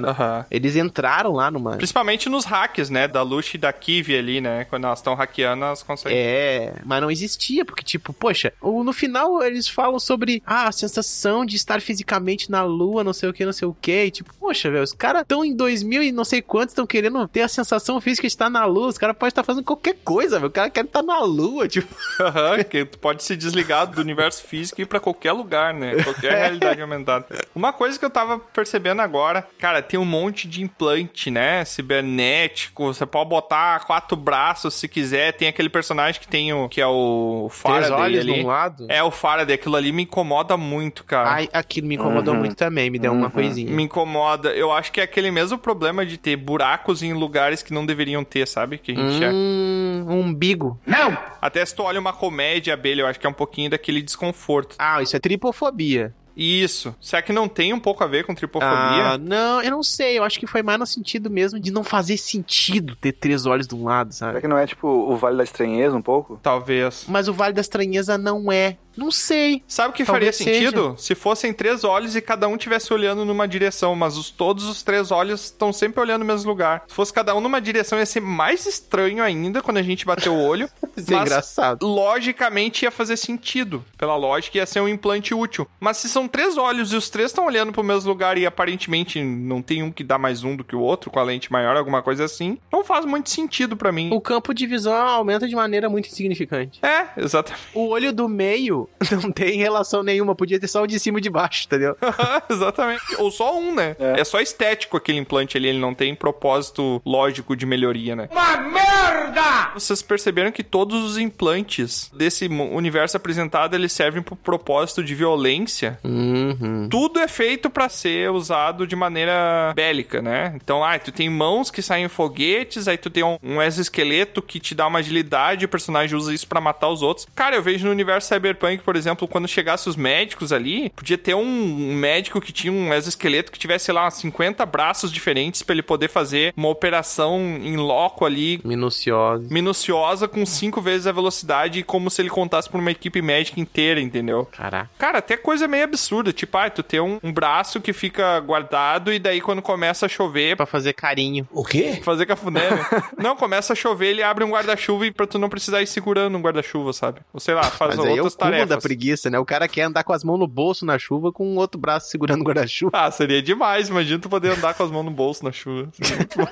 Eles entraram lá numa.
Principalmente nos hacks, né? Da Lush e da Kivi ali, né? Quando elas estão hackeando, elas conseguem.
É, mas não existia, porque, tipo, poxa, o- no final eles falam sobre ah, a sensação de estar fisicamente na lua, não sei o que, não sei o que. E, tipo, poxa, velho, os caras estão em 2000 e não sei quantos, estão querendo ter a sensação física de estar na lua. Os caras podem estar fazendo qualquer coisa, velho. O cara quer estar na lua, tipo.
Aham, que tu pode se desligar do universo físico e ir pra qualquer lugar, né? Qualquer realidade aumentada. Uma coisa que eu tava percebendo agora, cara, tem um monte de implante, né? Cibernético, você pode botar quatro braços se quiser. Tem aquele personagem que tem o... que é o Faraday
olhos
ali.
de um lado?
É, o Faraday. Aquilo ali me incomoda muito, cara.
Ai, aquilo me incomodou
Uhum.
muito também, me deu uma coisinha.
Me incomoda. Eu acho que é aquele mesmo problema de ter buracos em lugares que não deveriam ter, sabe? Que a gente é.
Hum, um umbigo.
Não! Até se tu olha uma comédia abelha, eu acho que é um pouquinho daquele desconforto.
Ah, isso é tripofobia.
Isso. Será que não tem um pouco a ver com tripofobia?
Ah, não, eu não sei. Eu acho que foi mais no sentido mesmo de não fazer sentido ter três olhos de um lado, sabe?
Será que não é tipo o Vale da Estranheza um pouco?
Talvez.
Mas o Vale da Estranheza não é. Não sei.
Sabe o que
Talvez
faria sentido?
seja.
Se fossem três olhos e cada um tivesse olhando numa direção, mas os, todos os três olhos estão sempre olhando no mesmo lugar. Se fosse cada um numa direção, ia ser mais estranho ainda quando a gente bater o olho.
Isso é engraçado.
Logicamente ia fazer sentido. Pela lógica, ia ser um implante útil. Mas se são três olhos e os três estão olhando pro mesmo lugar e aparentemente não tem um que dá mais um do que o outro, com a lente maior, alguma coisa assim, não faz muito sentido pra mim.
O campo de visão aumenta de maneira muito insignificante.
É, exatamente.
O olho do meio não tem relação nenhuma. Podia ter só o de cima e o de baixo, entendeu?
Exatamente. Ou só um, né? É. só estético aquele implante ali, ele não tem propósito lógico de melhoria, né?
Uma merda!
Vocês perceberam que todos os implantes desse mu- universo apresentado, eles servem pro propósito de violência?
Uhum.
Tudo é feito pra ser usado de maneira bélica, né? Então, ah, tu tem mãos que saem foguetes, aí tu tem um, um exoesqueleto que te dá uma agilidade, o personagem usa isso pra matar os outros. Cara, eu vejo no universo Cyberpunk, por exemplo, quando chegasse os médicos ali, podia ter um, um médico que tinha um exoesqueleto que tivesse, sei lá, uns 50 braços diferentes pra ele poder fazer uma operação em loco ali
Minuciosa.
minuciosa com cinco vezes a velocidade, como se ele contasse por uma equipe médica inteira, entendeu?
Caraca.
Cara, até coisa meio absurda. Tipo, ah, tu tem um, um braço que fica guardado e daí quando começa a chover.
É Pra fazer carinho.
O quê? Fazer cafuné, né? não, começa a chover, ele abre um guarda-chuva e pra tu não precisar ir segurando um guarda-chuva, sabe? Ou sei lá, faz
Mas aí é o
outras
cúmulo
tarefas.
da preguiça, né? O cara quer andar com as mãos no bolso na chuva com o outro braço segurando o guarda-chuva.
Ah, seria demais. Imagina tu poder andar com as mãos no bolso na chuva. Seria muito bom.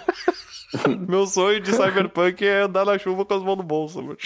Meu sonho de cyberpunk é andar na chuva com as mãos no bolso. mano.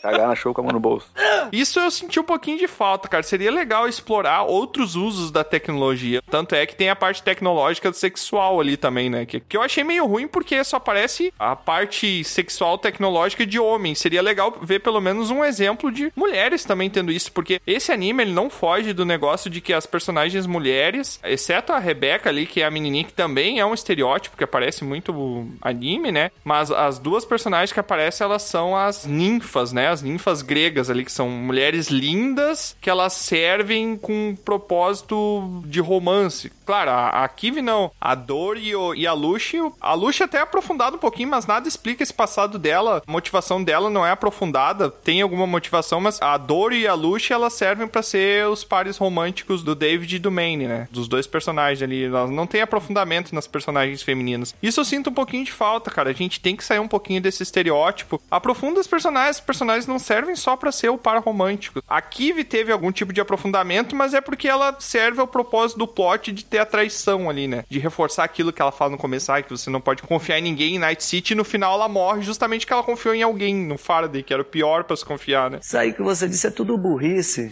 Cagar na show com a mão no bolso.
Isso eu senti um pouquinho de falta, cara. Seria legal explorar outros usos da tecnologia. Tanto é que tem a parte tecnológica sexual ali também, né? Que, que eu achei meio ruim porque só aparece a parte sexual tecnológica de homem. Seria legal ver pelo menos um exemplo de mulheres também tendo isso, porque esse anime ele não foge do negócio de que as personagens mulheres, exceto a Rebeca ali, que é a menininha que também é um estereótipo que aparece muito anime, né? Mas as duas personagens que aparecem, elas são as ninfas, né? né? As ninfas gregas ali, que são mulheres lindas, que elas servem com um propósito de romance. Claro, a, a Kivi não. A Dor e, o- e a Lush, a Lush até é aprofundada um pouquinho, mas nada explica esse passado dela. A motivação dela não é aprofundada, tem alguma motivação, mas a Dor e a Lush, elas servem pra ser os pares românticos do David e do Maine, né? Dos dois personagens ali. Elas não tem aprofundamento nas personagens femininas. Isso eu sinto um pouquinho de falta, cara. A gente tem que sair um pouquinho desse estereótipo. Aprofunda os personagens. Os personagens não servem só pra ser o par romântico. A Kivi teve algum tipo de aprofundamento, mas é porque ela serve ao propósito do plot de ter a traição ali, né? De reforçar aquilo que ela fala no começo, ah, que você não pode confiar em ninguém em Night City. E no final ela morre justamente que ela confiou em alguém, no Faraday, que era o pior pra se confiar, né?
Isso aí que você disse é tudo burrice.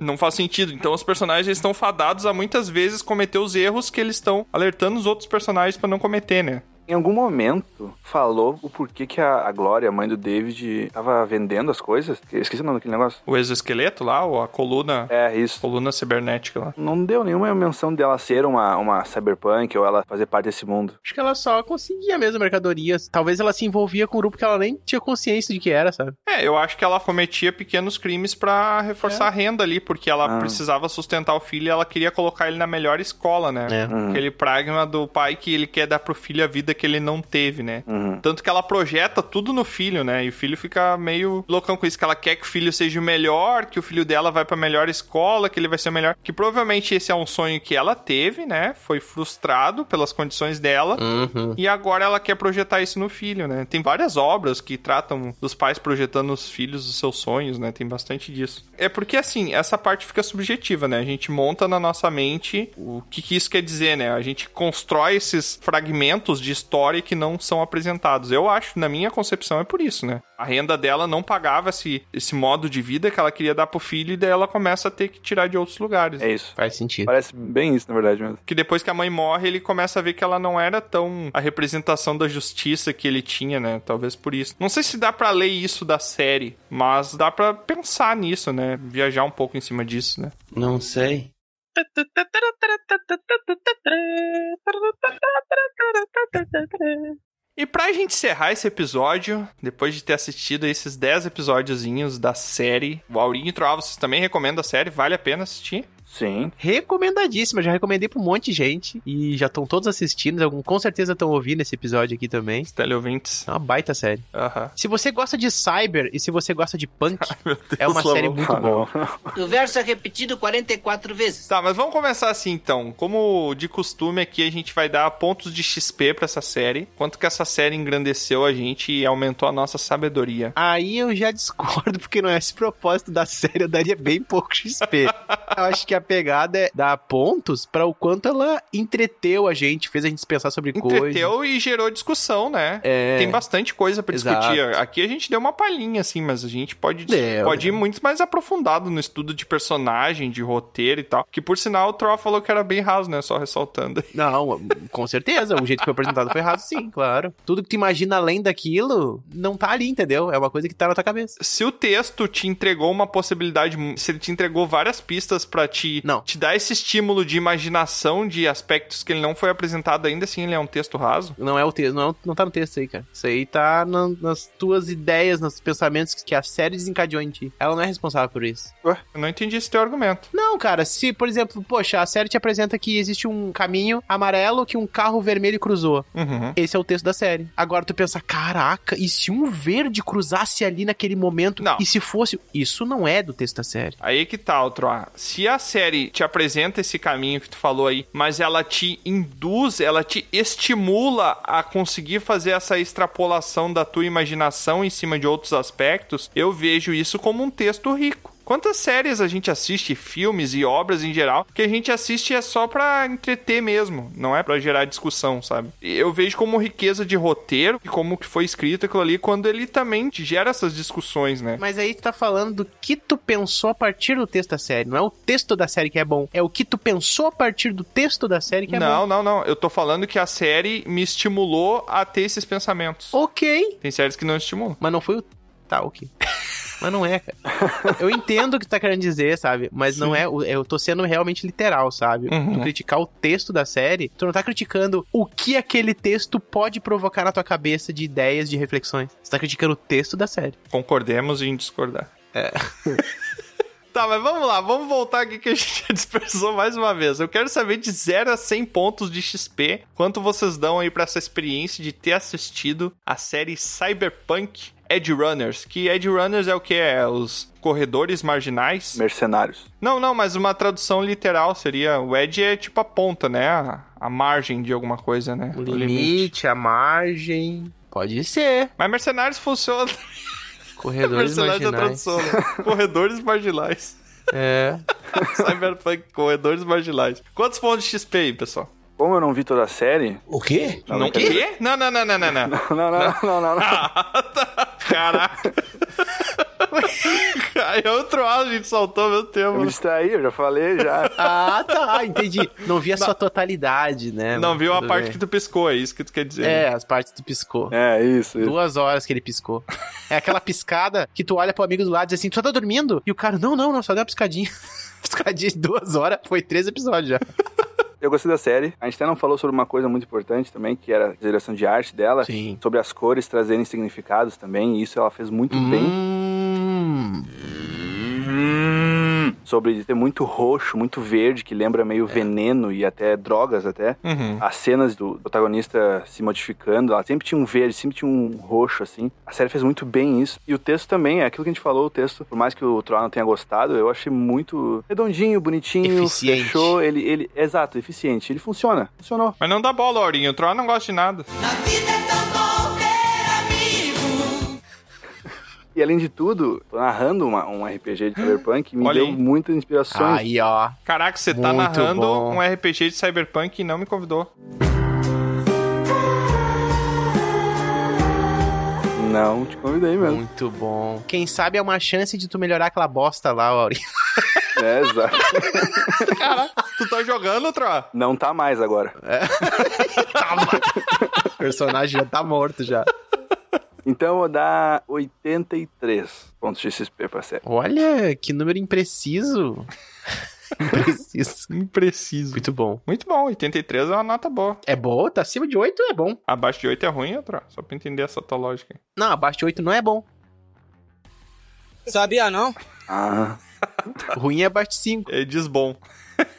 não faz sentido. Então os personagens eles estão fadados a muitas vezes cometer os erros que eles estão alertando os outros personagens pra não cometer, né?
Em algum momento, falou o porquê que a, a Glória, a mãe do David, tava vendendo as coisas. Eu Esqueci o nome daquele negócio.
O exoesqueleto lá, ou a coluna.
É, isso.
Coluna cibernética lá.
Não deu nenhuma menção dela ser uma, uma cyberpunk ou ela fazer parte desse mundo.
Acho que ela só conseguia mesmo mercadorias. Talvez ela se envolvia com um grupo que ela nem tinha consciência de que era, sabe?
É, eu acho que ela cometia pequenos crimes pra reforçar a renda ali, porque ela precisava sustentar o filho e ela queria colocar ele na melhor escola, né? Aquele pragma do pai que ele quer dar pro filho a vida que ele não teve, né? Tanto que ela projeta tudo no filho, né? E o filho fica meio loucão com isso, que ela quer que o filho seja o melhor, que o filho dela vai pra melhor escola, que ele vai ser o melhor. Que provavelmente esse é um sonho que ela teve, né? Foi frustrado pelas condições dela. E agora ela quer projetar isso no filho, né? Tem várias obras que tratam dos pais projetando os filhos os seus sonhos, né? Tem bastante disso. É porque, assim, essa parte fica subjetiva, né? A gente monta na nossa mente o que, que isso quer dizer, né? A gente constrói esses fragmentos de história que não são apresentados. Eu acho, na minha concepção, é por isso, né? A renda dela não pagava esse, esse modo de vida que ela queria dar pro filho e daí ela começa a ter que tirar de outros lugares.
É isso.
Faz sentido.
Parece bem isso, na verdade mesmo.
Que depois que a mãe morre, ele começa a ver que ela não era tão a representação da justiça que ele tinha, né? Talvez por isso. Não sei se dá pra ler isso da série, mas dá pra pensar nisso, né? Viajar um pouco em cima disso, né?
Não sei.
E pra gente encerrar esse episódio, depois de ter assistido esses 10 episódiozinhos da série, o Aurinho e Troava, vocês também recomendam a série? Vale a pena assistir?
Sim.
Recomendadíssima, já recomendei pra um monte de gente. E já estão todos assistindo, algum, com certeza estão ouvindo esse episódio aqui também. Os
teleouvintes.
É uma baita série.
Aham.
Se você gosta de cyber e se você gosta de punk, é uma série muito boa.
O verso é repetido 44 vezes.
Tá, mas vamos começar assim então. Como de costume aqui, a gente vai dar pontos de XP pra essa série. Quanto que essa série engrandeceu a gente e aumentou a nossa sabedoria.
Aí eu já discordo, porque não é esse propósito da série, eu daria bem pouco XP. eu acho que a pegada é dar pontos pra o quanto ela entreteu a gente, fez a gente pensar sobre coisas.
Entreteu e gerou discussão, né?
É.
Tem bastante coisa pra
Exato.
discutir. Aqui a gente deu uma palhinha, assim, mas a gente pode,
Deu,
pode ir muito mais aprofundado no estudo de personagem, de roteiro e tal. Que, por sinal, o Troll falou que era bem raso, né? Só ressaltando.
Não, com certeza. O jeito que foi apresentado foi errado, sim, claro. Tudo que tu imagina além daquilo não tá ali, entendeu? É uma coisa que tá na tua cabeça.
se o texto te entregou uma possibilidade, se ele te entregou várias pistas pra te, te dar esse estímulo de imaginação de aspectos que ele não foi apresentado ainda, assim ele é um texto raso.
Não é o texto, não, é o- não tá no texto aí, cara. Isso aí tá na- nas tuas ideias, nos pensamentos que a série desencadeou em ti. Ela não é responsável por isso.
Ué, eu não entendi esse teu argumento.
Não, cara, se, por exemplo, poxa, a série te apresenta que existe um caminho amarelo que um carro vermelho cruzou.
Uhum.
Esse é o texto da série. Agora tu pensa, caraca, e se um verde cruzasse ali naquele momento? E se fosse. Isso não é do texto da série.
Aí que tá, outro. ah, Se a série te apresenta esse caminho que tu falou aí, mas ela te induz, ela te estimula a conseguir fazer essa extrapolação da tua imaginação em cima de outros aspectos, eu vejo isso como um texto rico. Quantas séries a gente assiste, filmes e obras em geral, que a gente assiste é só pra entreter mesmo, não é pra gerar discussão, sabe? E Eu vejo como riqueza de roteiro e como que foi escrito aquilo ali quando ele também te gera essas discussões, né?
Mas aí tu tá falando do que tu pensou a partir do texto da série. Não é o texto da série que é bom, é o que tu pensou a partir do texto da série que é
não,
bom.
não, não. Eu tô falando que a série me estimulou a ter esses pensamentos.
Ok.
Tem séries que não estimulam.
Mas não foi o. Tá, ok. Mas não é, cara. Eu entendo o que tá querendo dizer, sabe? Mas não é. o- Eu tô sendo realmente literal, sabe?
Uhum.
Tu criticar o texto da série, tu não tá criticando o que aquele texto pode provocar na tua cabeça de ideias, de reflexões. Você tá criticando o texto da série.
Concordemos em discordar.
É.
Tá, mas vamos lá, vamos voltar aqui que a gente já dispersou mais uma vez. Eu quero saber de 0 a 100 pontos de XP, quanto vocês dão aí pra essa experiência de ter assistido a série Cyberpunk Edge Runners, que Edge Runners é o que é os corredores marginais?
Mercenários.
Não, não, mas uma tradução literal seria o edge é tipo a ponta, né? A, a margem de alguma coisa, né? O
limite, a margem. Pode ser.
Mas mercenários funciona.
Corredores
Mercenários é a
marginais.
tradução, né? Corredores marginais.
É.
Cyberpunk, corredores marginais. Quantos pontos de XP aí, pessoal? Tá
Como eu não vi toda a série.
O quê?
Não,
Não, o
quer
quê? Não, não, não, não, não, não.
Não, não, não, não, não.
Caraca. Aí é outro áudio, a gente soltou ao mesmo tempo.
Eu me distraí, eu já falei, já.
Ah, tá, entendi. Não vi a sua totalidade, né?
Não
Mas
viu a
tudo
parte
bem.
que tu piscou, é isso que tu quer dizer.
É,
né?
as partes que tu piscou.
É, isso.
Duas horas que ele piscou. É aquela piscada que tu olha pro amigo do lado e diz assim, tu tá dormindo? E o cara, não, não, não, só deu uma piscadinha. piscadinha de duas horas, foi três episódios já.
Eu gostei da série. A gente até não falou sobre uma coisa muito importante também, que era a direção de arte dela.
Sim.
Sobre as cores trazerem significados também. E isso ela fez muito
Uhum.
Hum.
bem. Sobre ter muito roxo, muito verde, que lembra meio veneno e até drogas até.
É.
É.
Uhum.
As cenas do protagonista se modificando, ela sempre tinha um verde, sempre tinha um roxo, assim. A série fez muito bem isso. E o texto também, é aquilo que a gente falou, o texto, por mais que o Troll não tenha gostado, eu achei muito redondinho, bonitinho.
Eficiente.
Fechou, ele, ele, exato, eficiente. Ele funciona, funcionou.
Mas não dá bola, Aurinho. O Troll não gosta de nada.
E além de tudo, tô narrando uma- um RPG de Cyberpunk que me
Olha
deu
aí.
muitas inspirações.
Aí, ó.
Caraca, você tá
Muito
narrando
bom.
um RPG de Cyberpunk e não me convidou.
Não te convidei mesmo.
Muito bom. Quem sabe é uma chance de tu melhorar aquela bosta lá, Auri.
É, exato.
Caraca, tu tá jogando, Troll?
Não tá mais agora.
Tá O personagem já tá morto já.
Então eu vou dar 83 pontos de XP pra série.
Olha, que número impreciso. impreciso.
Impreciso.
Muito bom.
Muito bom, 83 é uma nota boa.
É boa, tá acima de 8 é bom.
Abaixo de 8 é ruim, Troll. Só pra entender essa tua lógica. aí.
Não, abaixo de 8 não é bom.
Sabia não?
Ah.
Ruim é abaixo de 5.
Ele diz bom.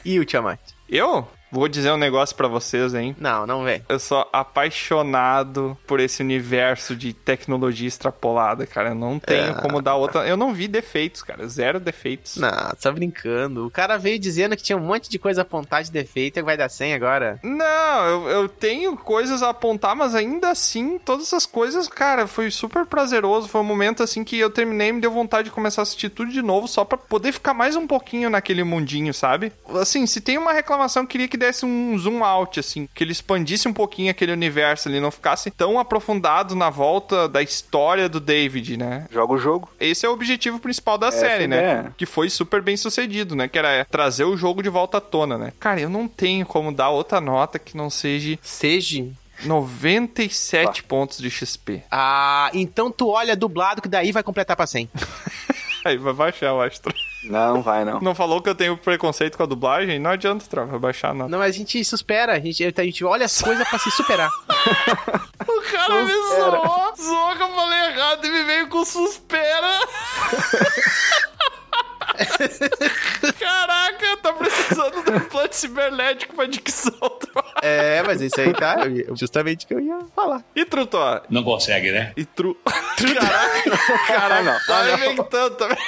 E o Tiamat?
Eu? Vou dizer um negócio pra vocês, hein?
Não, não vem.
Eu sou apaixonado por esse universo de tecnologia extrapolada, cara. Eu não tenho
É.
Ah.
como dar outra. Eu não vi defeitos, cara. Zero defeitos.
Não, tá brincando. O cara veio dizendo que tinha um monte de coisa apontada de defeito e vai dar 100 agora.
Não, eu, eu tenho coisas a apontar, mas ainda assim, todas essas coisas, cara, foi super prazeroso. Foi um momento assim que eu terminei e me deu vontade de começar a assistir tudo de novo, só pra poder ficar mais um pouquinho naquele mundinho, sabe? Assim, se tem uma reclamação, eu queria que desse um zoom out, assim, que ele expandisse um pouquinho aquele universo ali, não ficasse tão aprofundado na volta da história do David, né?
Joga o jogo.
Esse é o objetivo principal da
Essa é
série,
a
né?
ideia.
Que foi super bem sucedido, né? Que era trazer o jogo de volta à tona, né? Cara, eu não tenho como dar outra nota que não seja.
Seja?
97 pontos de XP.
Ah, então tu olha dublado que daí vai completar pra 100.
Aí vai baixar, eu acho. Tro.
Não vai, não.
Não falou que eu tenho preconceito com a dublagem? Não adianta, Tro, vai baixar a nota.
Não, mas a gente supera, a gente, a gente olha as coisas pra se superar.
O cara me zoou, zoou que eu falei errado e me veio com suspera. Caraca, tá precisando de um implante cibernético pra dicção, Tro.
É, mas isso aí tá eu- justamente o que eu ia falar.
E Trutó?
Não consegue, né?
E Tru... Caraca, caraca,
Não, não,
tá
não.
inventando também.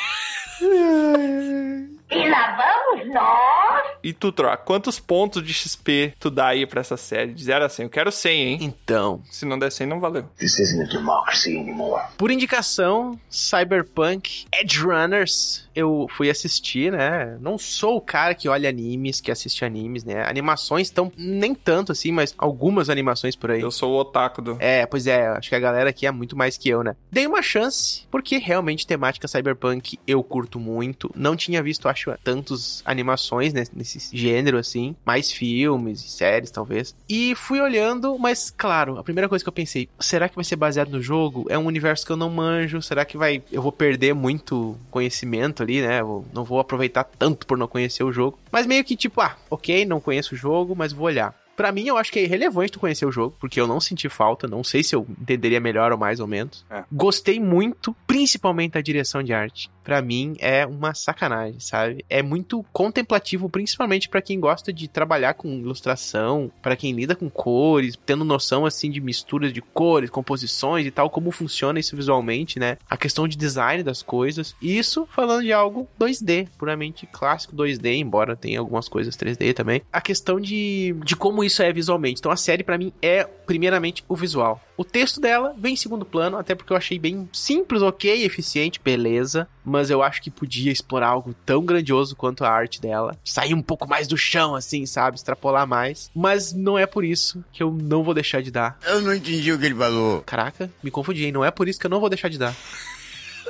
E lá vamos nós!
E tu, Tro, quantos pontos de XP tu dá aí pra essa série? De 0 a 100. Eu quero 100, hein?
Então.
Se não der 100, não valeu.
This isn't a democracy anymore.
Por indicação, Cyberpunk Edge Runners, eu fui assistir, né? Não sou o cara que olha animes, que assiste animes, né? Animações estão nem tanto assim, mas algumas animações por aí.
Eu sou o otaku do.
É, pois é, acho que a galera aqui é muito mais que eu, né? Dei uma chance, porque realmente temática cyberpunk eu curto muito. Não tinha visto, acho, tantos animações né, nesse gênero assim, mais filmes e séries, talvez. E fui olhando, mas claro, a primeira coisa que eu pensei, será que vai ser baseado no jogo? É um universo que eu não manjo, será que vai eu vou perder muito conhecimento ali, né? Eu não vou aproveitar tanto por não conhecer o jogo. Mas meio que tipo, ah, OK, não conheço o jogo, mas vou olhar. Pra mim, eu acho que é irrelevante tu conhecer o jogo, porque eu não senti falta, não sei se eu entenderia melhor ou mais ou menos. Gostei muito, principalmente da direção de arte. Pra mim, é uma sacanagem, sabe? É muito contemplativo, principalmente pra quem gosta de trabalhar com ilustração, pra quem lida com cores, tendo noção, assim, de misturas de cores, composições e tal, como funciona isso visualmente, né? A questão de design das coisas. E isso falando de algo 2D, puramente clássico 2D, embora tenha algumas coisas 3D também. A questão de, de como isso é visualmente. Então a série pra mim é primeiramente o visual. O texto dela vem em segundo plano, até porque eu achei bem simples, ok, eficiente, beleza. Mas eu acho que podia explorar algo tão grandioso quanto a arte dela. Sair um pouco mais do chão, assim, sabe? Extrapolar mais. Mas não é por isso que eu não vou deixar de dar.
Eu não entendi o que ele falou.
Caraca, me confundi, hein? Não é por isso que eu não vou deixar de dar.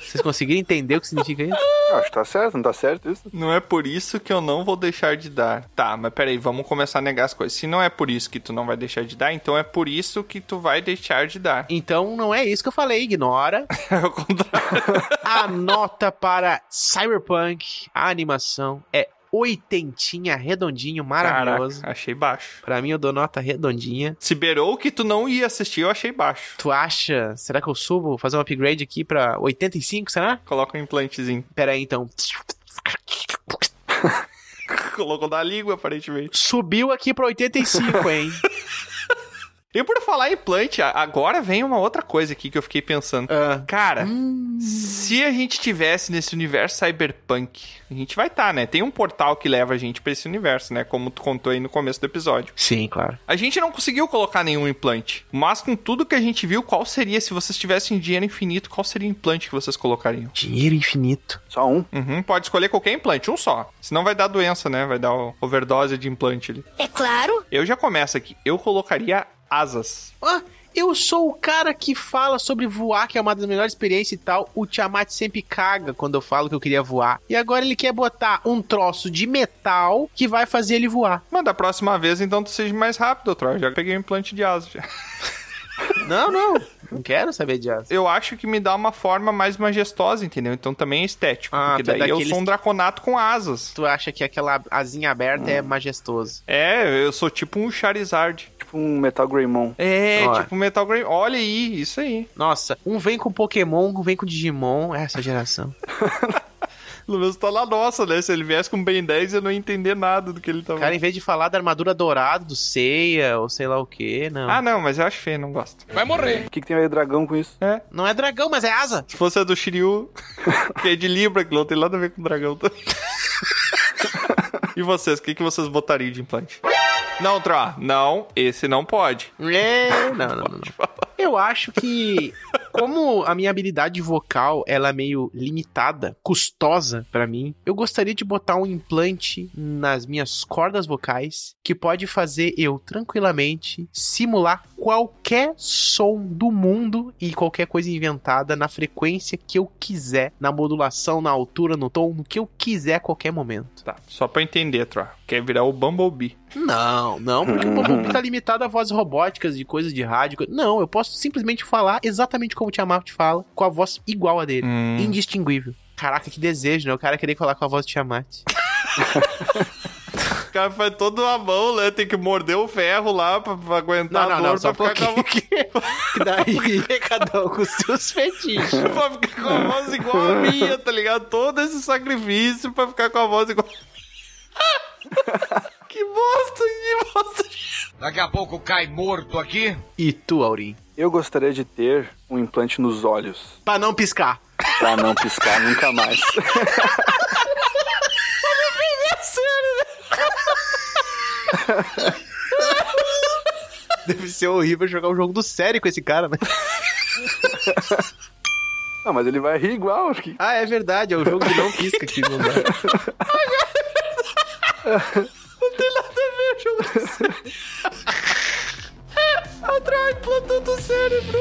Vocês conseguiram entender o que significa isso?
Acho que tá certo, não tá certo isso?
Não é por isso que eu não vou deixar de dar. Tá, mas peraí, vamos começar a negar as coisas. Se não é por isso que tu não vai deixar de dar, então é por isso que tu vai deixar de dar.
Então não é isso que eu falei, ignora.
É o contrário.
A nota para Cyberpunk, a animação, é oitentinha, redondinho, maravilhoso.
Caraca, achei baixo.
Pra mim eu dou nota redondinha.
Se beirou que tu não ia assistir, eu achei baixo.
Tu acha? Será que eu subo? Fazer um upgrade aqui pra 85, será?
Coloca um implantezinho.
Pera aí então.
Colocou da língua, aparentemente.
Subiu aqui pra 85, hein?
E por falar em plant, agora vem uma outra coisa aqui que eu fiquei pensando.
Ah.
Cara, se a gente tivesse nesse universo cyberpunk, a gente vai estar, né? Tem um portal que leva a gente pra esse universo, né? Como tu contou aí no começo do episódio.
Sim, claro.
A gente não conseguiu colocar nenhum implante, mas com tudo que a gente viu, qual seria, se vocês tivessem dinheiro infinito, qual seria o implante que vocês colocariam?
Dinheiro infinito.
Só um?
Uhum, pode escolher qualquer implante, um só. Senão vai dar doença, né? Vai dar overdose de implante ali.
É claro.
Eu já começo aqui. Eu colocaria asas.
Ah, eu sou o cara que fala sobre voar, que é uma das melhores experiências e tal. O Tiamat sempre caga quando eu falo que eu queria voar. E agora ele quer botar um troço de metal que vai fazer ele voar.
Mas da próxima vez, então, tu seja mais rápido, Troy. Já peguei um implante de asas. já.
Não, não. Não quero saber de asas.
Eu acho que me dá uma forma mais majestosa, entendeu? Então também é estético.
Ah,
porque
tu é
daí eu
daqueles-
sou um draconato com asas.
Tu acha que aquela asinha aberta é majestoso?
É, eu sou tipo um Charizard.
Tipo um Metal Greymon.
É,
Ó.
tipo Metal Grey. Olha aí, isso aí.
Nossa, um vem com Pokémon, um vem com Digimon. É Essa geração.
Pelo menos tá na nossa, né? Se ele viesse com Ben 10, eu não ia entender nada do que ele tava.
Cara, em vez de falar da armadura dourada, do Seiya, ou sei lá o que, não.
Ah, não, mas eu acho feio, não gosto.
Vai morrer. O que, que tem a ver dragão com isso?
É.
Não é dragão, mas é asa.
Se fosse a do Shiryu, que é de Libra, que não tem nada a ver com dragão também. e vocês, o que, que vocês botariam de implante? Não, Tro, não, esse não pode.
É, não, não, não, não. Eu acho que como a minha habilidade vocal ela é meio limitada, custosa pra mim, eu gostaria de botar um implante nas minhas cordas vocais que pode fazer eu tranquilamente simular qualquer som do mundo e qualquer coisa inventada na frequência que eu quiser, na modulação, na altura, no tom, no que eu quiser a qualquer momento.
Tá, só pra entender, Tro, quer virar o Bumblebee.
Não, não, porque o Bumblebee tá limitado a vozes robóticas, de coisas de rádio. co- Não, eu posso simplesmente falar exatamente como o Tiamat fala, com a voz igual a dele. Indistinguível. Caraca, que desejo, né? O cara querer falar com a voz do Tiamat.
O cara faz todo a mão, né? Tem que morder o ferro lá pra, pra aguentar
Não,
a
não,
dor
não, só
pra ficar com a
porque- Que daí, cada um com seus fetiches.
pra ficar com a voz igual a minha, tá ligado? Todo esse sacrifício pra ficar com a voz igual. que bosta, que bosta.
Daqui a pouco cai morto aqui.
E tu, Aurim?
Eu gostaria de ter um implante nos olhos,
Pra não piscar.
pra não piscar nunca mais.
Deve ser horrível jogar um jogo do sério com esse cara, né?
Ah, mas ele vai rir igual. que-
Ah, é verdade, é o jogo de não pisca que não dá.
Não tem nada a ver, João. Atrai, plantão do cérebro.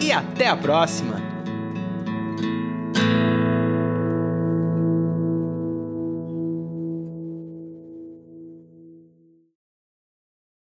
e até a próxima!